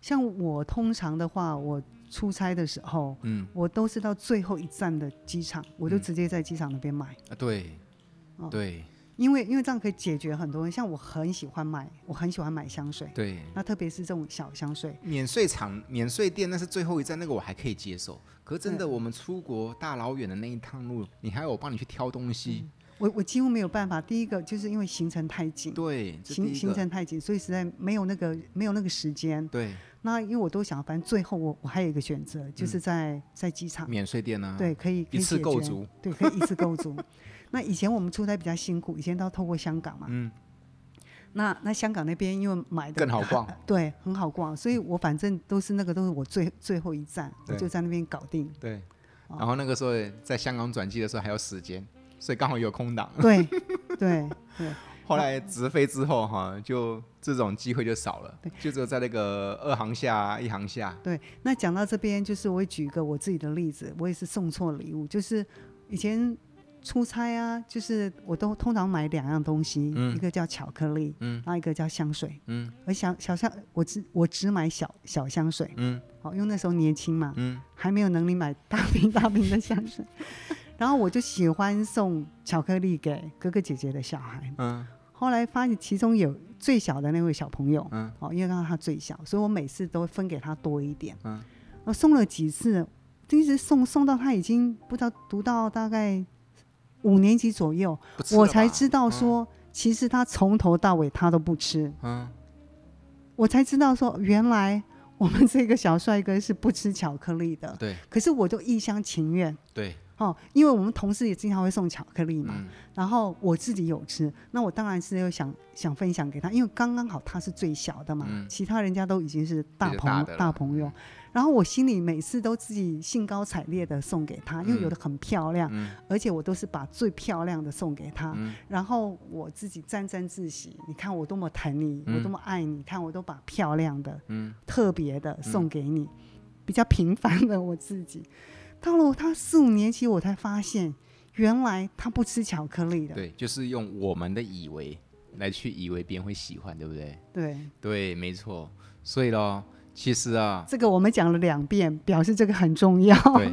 [SPEAKER 2] 像我通常的话，我出差的时候，
[SPEAKER 1] 嗯，
[SPEAKER 2] 我都是到最后一站的机场，我就
[SPEAKER 1] 嗯
[SPEAKER 2] 直接在机场那边买。
[SPEAKER 1] 啊，对
[SPEAKER 2] 哦，
[SPEAKER 1] 对
[SPEAKER 2] 因为因为这样可以解决很多。像我很喜欢买，我很喜欢买香水，
[SPEAKER 1] 对，
[SPEAKER 2] 那特别是这种小香水，
[SPEAKER 1] 免税场、免税店那是最后一站，那个我还可以接受。可是真的，我们出国大老远的那一趟路，你还要我帮你去挑东西，
[SPEAKER 2] 我我几乎没有办法。第一个就是因为行程太紧，
[SPEAKER 1] 对，这第
[SPEAKER 2] 行
[SPEAKER 1] 一
[SPEAKER 2] 行
[SPEAKER 1] 个，
[SPEAKER 2] 程太紧，所以实在没有那个没有那个时间。
[SPEAKER 1] 对，
[SPEAKER 2] 那因为我都想，反正最后我我还有一个选择，
[SPEAKER 1] 嗯
[SPEAKER 2] 就是在、在机场，
[SPEAKER 1] 免税店啊呢，
[SPEAKER 2] 啊对，，可以可
[SPEAKER 1] 一
[SPEAKER 2] 以
[SPEAKER 1] 次
[SPEAKER 2] 解
[SPEAKER 1] 购
[SPEAKER 2] 决
[SPEAKER 1] 足，
[SPEAKER 2] 对，可以一次购足。 那以前我们出差比较辛苦，以前都要透过香港嘛。
[SPEAKER 1] 嗯，
[SPEAKER 2] 那那香港那边因为买的
[SPEAKER 1] 更好逛。
[SPEAKER 2] 对，很好逛，所以我反正都是那个都是我最最后一站，我
[SPEAKER 1] 对
[SPEAKER 2] 就在那边搞 定。
[SPEAKER 1] 对，
[SPEAKER 2] 哦
[SPEAKER 1] 然后那个时候在香港转机的时候还有时间，所以刚好有空档。
[SPEAKER 2] 对对对
[SPEAKER 1] 后来直飞之后哈，就这种机会就少了，就只有在那个二航下、啊一航下。
[SPEAKER 2] 对。那讲到这边，就是我会举一个我自己的例子，我也是送错礼物，就是以前出差啊，就是我都通常买两样东西，
[SPEAKER 1] 嗯
[SPEAKER 2] 一个叫巧克力，
[SPEAKER 1] 嗯
[SPEAKER 2] 然后一个叫香水。
[SPEAKER 1] 嗯
[SPEAKER 2] 而小小香，我只我只买小小香水，
[SPEAKER 1] 嗯
[SPEAKER 2] 好，因为那时候年轻嘛，
[SPEAKER 1] 嗯
[SPEAKER 2] 还没有能力买大瓶大瓶的香水。 然后我就喜欢送巧克力给哥哥姐姐的小孩，
[SPEAKER 1] 嗯
[SPEAKER 2] 后来发现其中有最小的那位小朋友，
[SPEAKER 1] 嗯
[SPEAKER 2] 哦，因为刚好他最小，所以我每次都会分给他多一点。
[SPEAKER 1] 嗯
[SPEAKER 2] 我送了几次，一直送送到他已经不知道读到大概五年级左右，
[SPEAKER 1] 不吃了吧
[SPEAKER 2] 我才知道说，其实他从头到尾他都不吃，
[SPEAKER 1] 嗯
[SPEAKER 2] 我才知道说原来我们这个小帅哥是不吃巧克力的。
[SPEAKER 1] 对
[SPEAKER 2] 可是我就一厢情愿
[SPEAKER 1] 对
[SPEAKER 2] 哦，因为我们同事也经常会送巧克力嘛，
[SPEAKER 1] 嗯
[SPEAKER 2] 然后我自己有吃，那我当然是要想想分享给他，因为刚刚好他是最小的嘛，
[SPEAKER 1] 嗯
[SPEAKER 2] 其他人家都已经是大
[SPEAKER 1] 这就
[SPEAKER 2] 朋
[SPEAKER 1] 大
[SPEAKER 2] 友
[SPEAKER 1] 的了嗯
[SPEAKER 2] 朋友，然后我心里每次都自己兴高采烈的送给他，因为
[SPEAKER 1] 嗯
[SPEAKER 2] 有的很漂亮，
[SPEAKER 1] 嗯
[SPEAKER 2] 而且我都是把最漂亮的送给他，
[SPEAKER 1] 嗯
[SPEAKER 2] 然后我自己沾沾自喜，你看我多么疼你，
[SPEAKER 1] 嗯
[SPEAKER 2] 我多么爱你，看我都把漂亮的、
[SPEAKER 1] 嗯
[SPEAKER 2] 特别的送给你，比较平凡的我自己。到了他四五年级，我才发现原来他不吃巧克力的。
[SPEAKER 1] 对，就是用我们的以为来去以为别人会喜欢，对不对？
[SPEAKER 2] 对，
[SPEAKER 1] 对，没错。所以咯，其实啊，
[SPEAKER 2] 这个我们讲了两遍，表示这个很重要。
[SPEAKER 1] 对，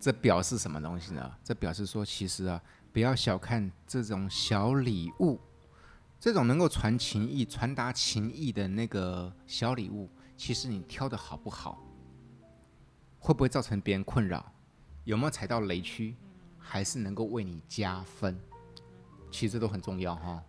[SPEAKER 1] 这表示什么东西呢？这表示说，其实啊，不要小看这种小礼物，这种能够传情意、传达情意的那个小礼物，其实你挑的好不好，会不会造成别人困扰，有没有踩到雷区，还是能够为你加分，其实这都很重要哈。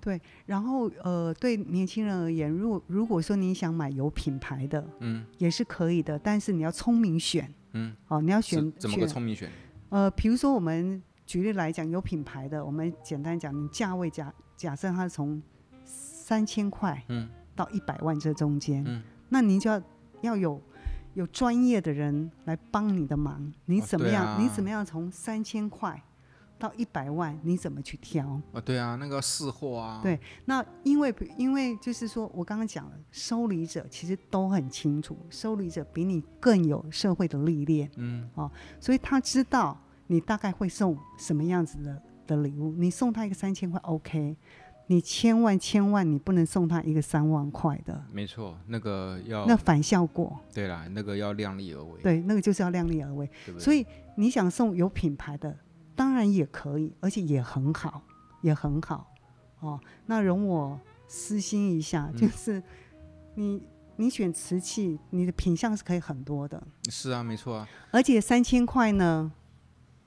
[SPEAKER 2] 然后呃，对年轻人而言，如果如果说你想买有品牌的，
[SPEAKER 1] 嗯，
[SPEAKER 2] 也是可以的，但是你要聪明选，
[SPEAKER 1] 嗯，
[SPEAKER 2] 哦，你要
[SPEAKER 1] 是
[SPEAKER 2] 选
[SPEAKER 1] 怎么
[SPEAKER 2] 选
[SPEAKER 1] 个聪明选？
[SPEAKER 2] 呃，比如说我们举例来讲，有品牌的，我们简单讲，你价位假假设它是从三千块
[SPEAKER 1] 嗯
[SPEAKER 2] 到一百万这中间，
[SPEAKER 1] 嗯
[SPEAKER 2] 那您就要要有有专业的人来帮你的忙，你
[SPEAKER 1] 哦
[SPEAKER 2] 怎么
[SPEAKER 1] 对
[SPEAKER 2] 样？你
[SPEAKER 1] 啊
[SPEAKER 2] 怎么样从三千块到一百万，你怎么去挑？
[SPEAKER 1] 哦，对啊，那个试货啊，
[SPEAKER 2] 对那因为因为就是说我刚刚讲了，收礼者其实都很清楚，收礼者比你更有社会的历练。
[SPEAKER 1] 嗯
[SPEAKER 2] 所以他知道你大概会送什么样子的的礼物。你送他一个三千块，OK，你千万千万你不能送他一个三万块的，
[SPEAKER 1] 没错，那个要
[SPEAKER 2] 那反效果。
[SPEAKER 1] 对啦，那个要量力而为，
[SPEAKER 2] 对，那个就是要量力而为。
[SPEAKER 1] 对不对？
[SPEAKER 2] 所以你想送有品牌的，当然也可以，而且也很好，也很好。哦，那容我私心一下，就
[SPEAKER 1] 嗯
[SPEAKER 2] 是你你选瓷器，你的品相是可以很多的。
[SPEAKER 1] 是啊，没错啊，
[SPEAKER 2] 而且三千块呢，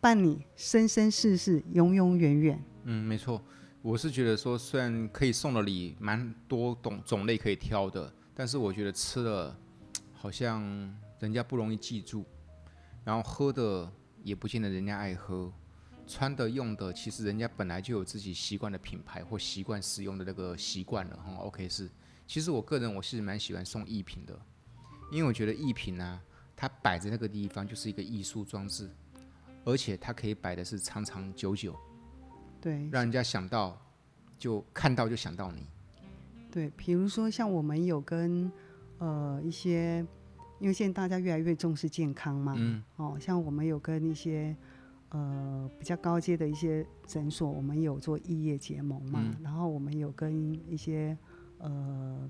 [SPEAKER 2] 伴你生生世世、永永远远。
[SPEAKER 1] 嗯，没错，我是觉得说，虽然可以送的礼蛮多种种类可以挑的，但是我觉得吃的好像人家不容易记住，然后喝的也不见得人家爱喝，穿的用的其实人家本来就有自己习惯的品牌或习惯使用的那个习惯了哈。OK 是，其实我个人我是蛮喜欢送艺品的，因为我觉得艺品啊，它摆在那个地方就是一个艺术装置，而且它可以摆的是长长久久。
[SPEAKER 2] 对
[SPEAKER 1] 让人家想到，就看到就想到你。
[SPEAKER 2] 对，比如说像我们有跟呃一些，因为现在大家越来越重视健康嘛，
[SPEAKER 1] 嗯
[SPEAKER 2] 哦，像我们有跟一些呃比较高阶的一些诊所，我们有做异业结盟嘛，
[SPEAKER 1] 嗯
[SPEAKER 2] 然后我们有跟一些呃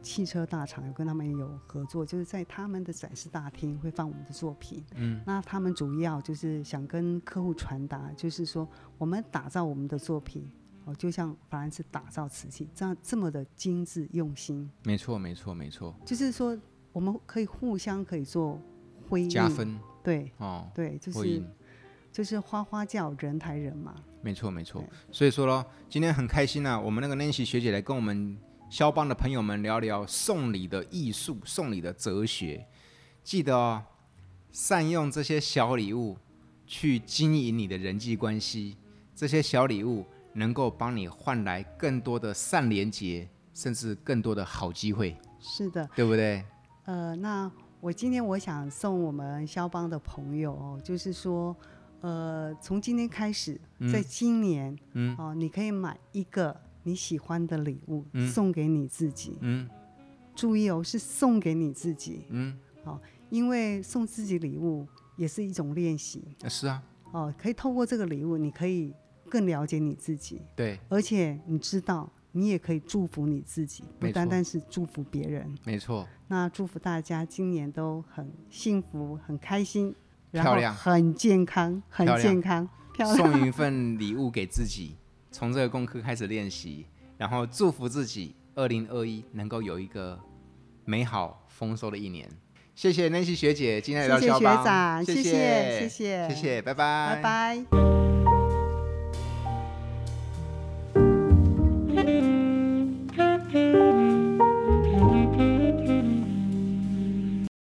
[SPEAKER 2] 汽车大厂有跟他们有合作，就是在他们的展示大厅会放我们的作品，
[SPEAKER 1] 嗯，
[SPEAKER 2] 那他们主要就是想跟客户传达，就是说我们打造我们的作品。哦，就像法兰斯打造瓷器这样这么的精致用心，
[SPEAKER 1] 没错，没错，没错，
[SPEAKER 2] 就是说我们可以互相可以做辉映
[SPEAKER 1] 加，分
[SPEAKER 2] 对，
[SPEAKER 1] 哦，
[SPEAKER 2] 对，就
[SPEAKER 1] 会
[SPEAKER 2] 是
[SPEAKER 1] 赢，
[SPEAKER 2] 就是花花叫人抬人嘛，
[SPEAKER 1] 没错，没错
[SPEAKER 2] 对。
[SPEAKER 1] 所以说咯，今天很开心啊，我们那个 Nancy 学姐来跟我们肖邦的朋友们聊聊送礼的艺术、送礼的哲学。记得哦，善用这些小礼物去经营你的人际关系，这些小礼物能够帮你换来更多的善连结，甚至更多的好机会，
[SPEAKER 2] 是的，
[SPEAKER 1] 对不对？
[SPEAKER 2] 呃，那我今天我想送我们肖邦的朋友哦，就是说，呃，从今天开始，在今年，
[SPEAKER 1] 嗯
[SPEAKER 2] 哦，你可以买一个你喜欢的礼物、
[SPEAKER 1] 嗯
[SPEAKER 2] 送给你自己，
[SPEAKER 1] 嗯
[SPEAKER 2] 注意哦，是送给你自己，
[SPEAKER 1] 嗯，
[SPEAKER 2] 哦因为送自己礼物也是一种练习
[SPEAKER 1] 呃是啊，
[SPEAKER 2] 哦，可以透过这个礼物，你可以更了解你自己，
[SPEAKER 1] 对，
[SPEAKER 2] 而且你知道，你也可以祝福你自己，不
[SPEAKER 1] 没
[SPEAKER 2] 单
[SPEAKER 1] 错
[SPEAKER 2] 单是祝福别人。
[SPEAKER 1] 没错，
[SPEAKER 2] 那祝福大家今年都很幸福、很开心，然
[SPEAKER 1] 漂
[SPEAKER 2] 后
[SPEAKER 1] 亮
[SPEAKER 2] 很健康、很
[SPEAKER 1] 漂亮
[SPEAKER 2] 健康、漂亮。
[SPEAKER 1] 送一份礼物给自己，从这个功课开始练习，然后祝福自己，二零二一能够有一个美好丰收的一年。谢谢 Nancy 学姐今天来到
[SPEAKER 2] 谢谢
[SPEAKER 1] 校
[SPEAKER 2] 学
[SPEAKER 1] 帮
[SPEAKER 2] 长，
[SPEAKER 1] 谢
[SPEAKER 2] 谢谢谢
[SPEAKER 1] 谢
[SPEAKER 2] 谢
[SPEAKER 1] 谢，拜
[SPEAKER 2] 拜拜。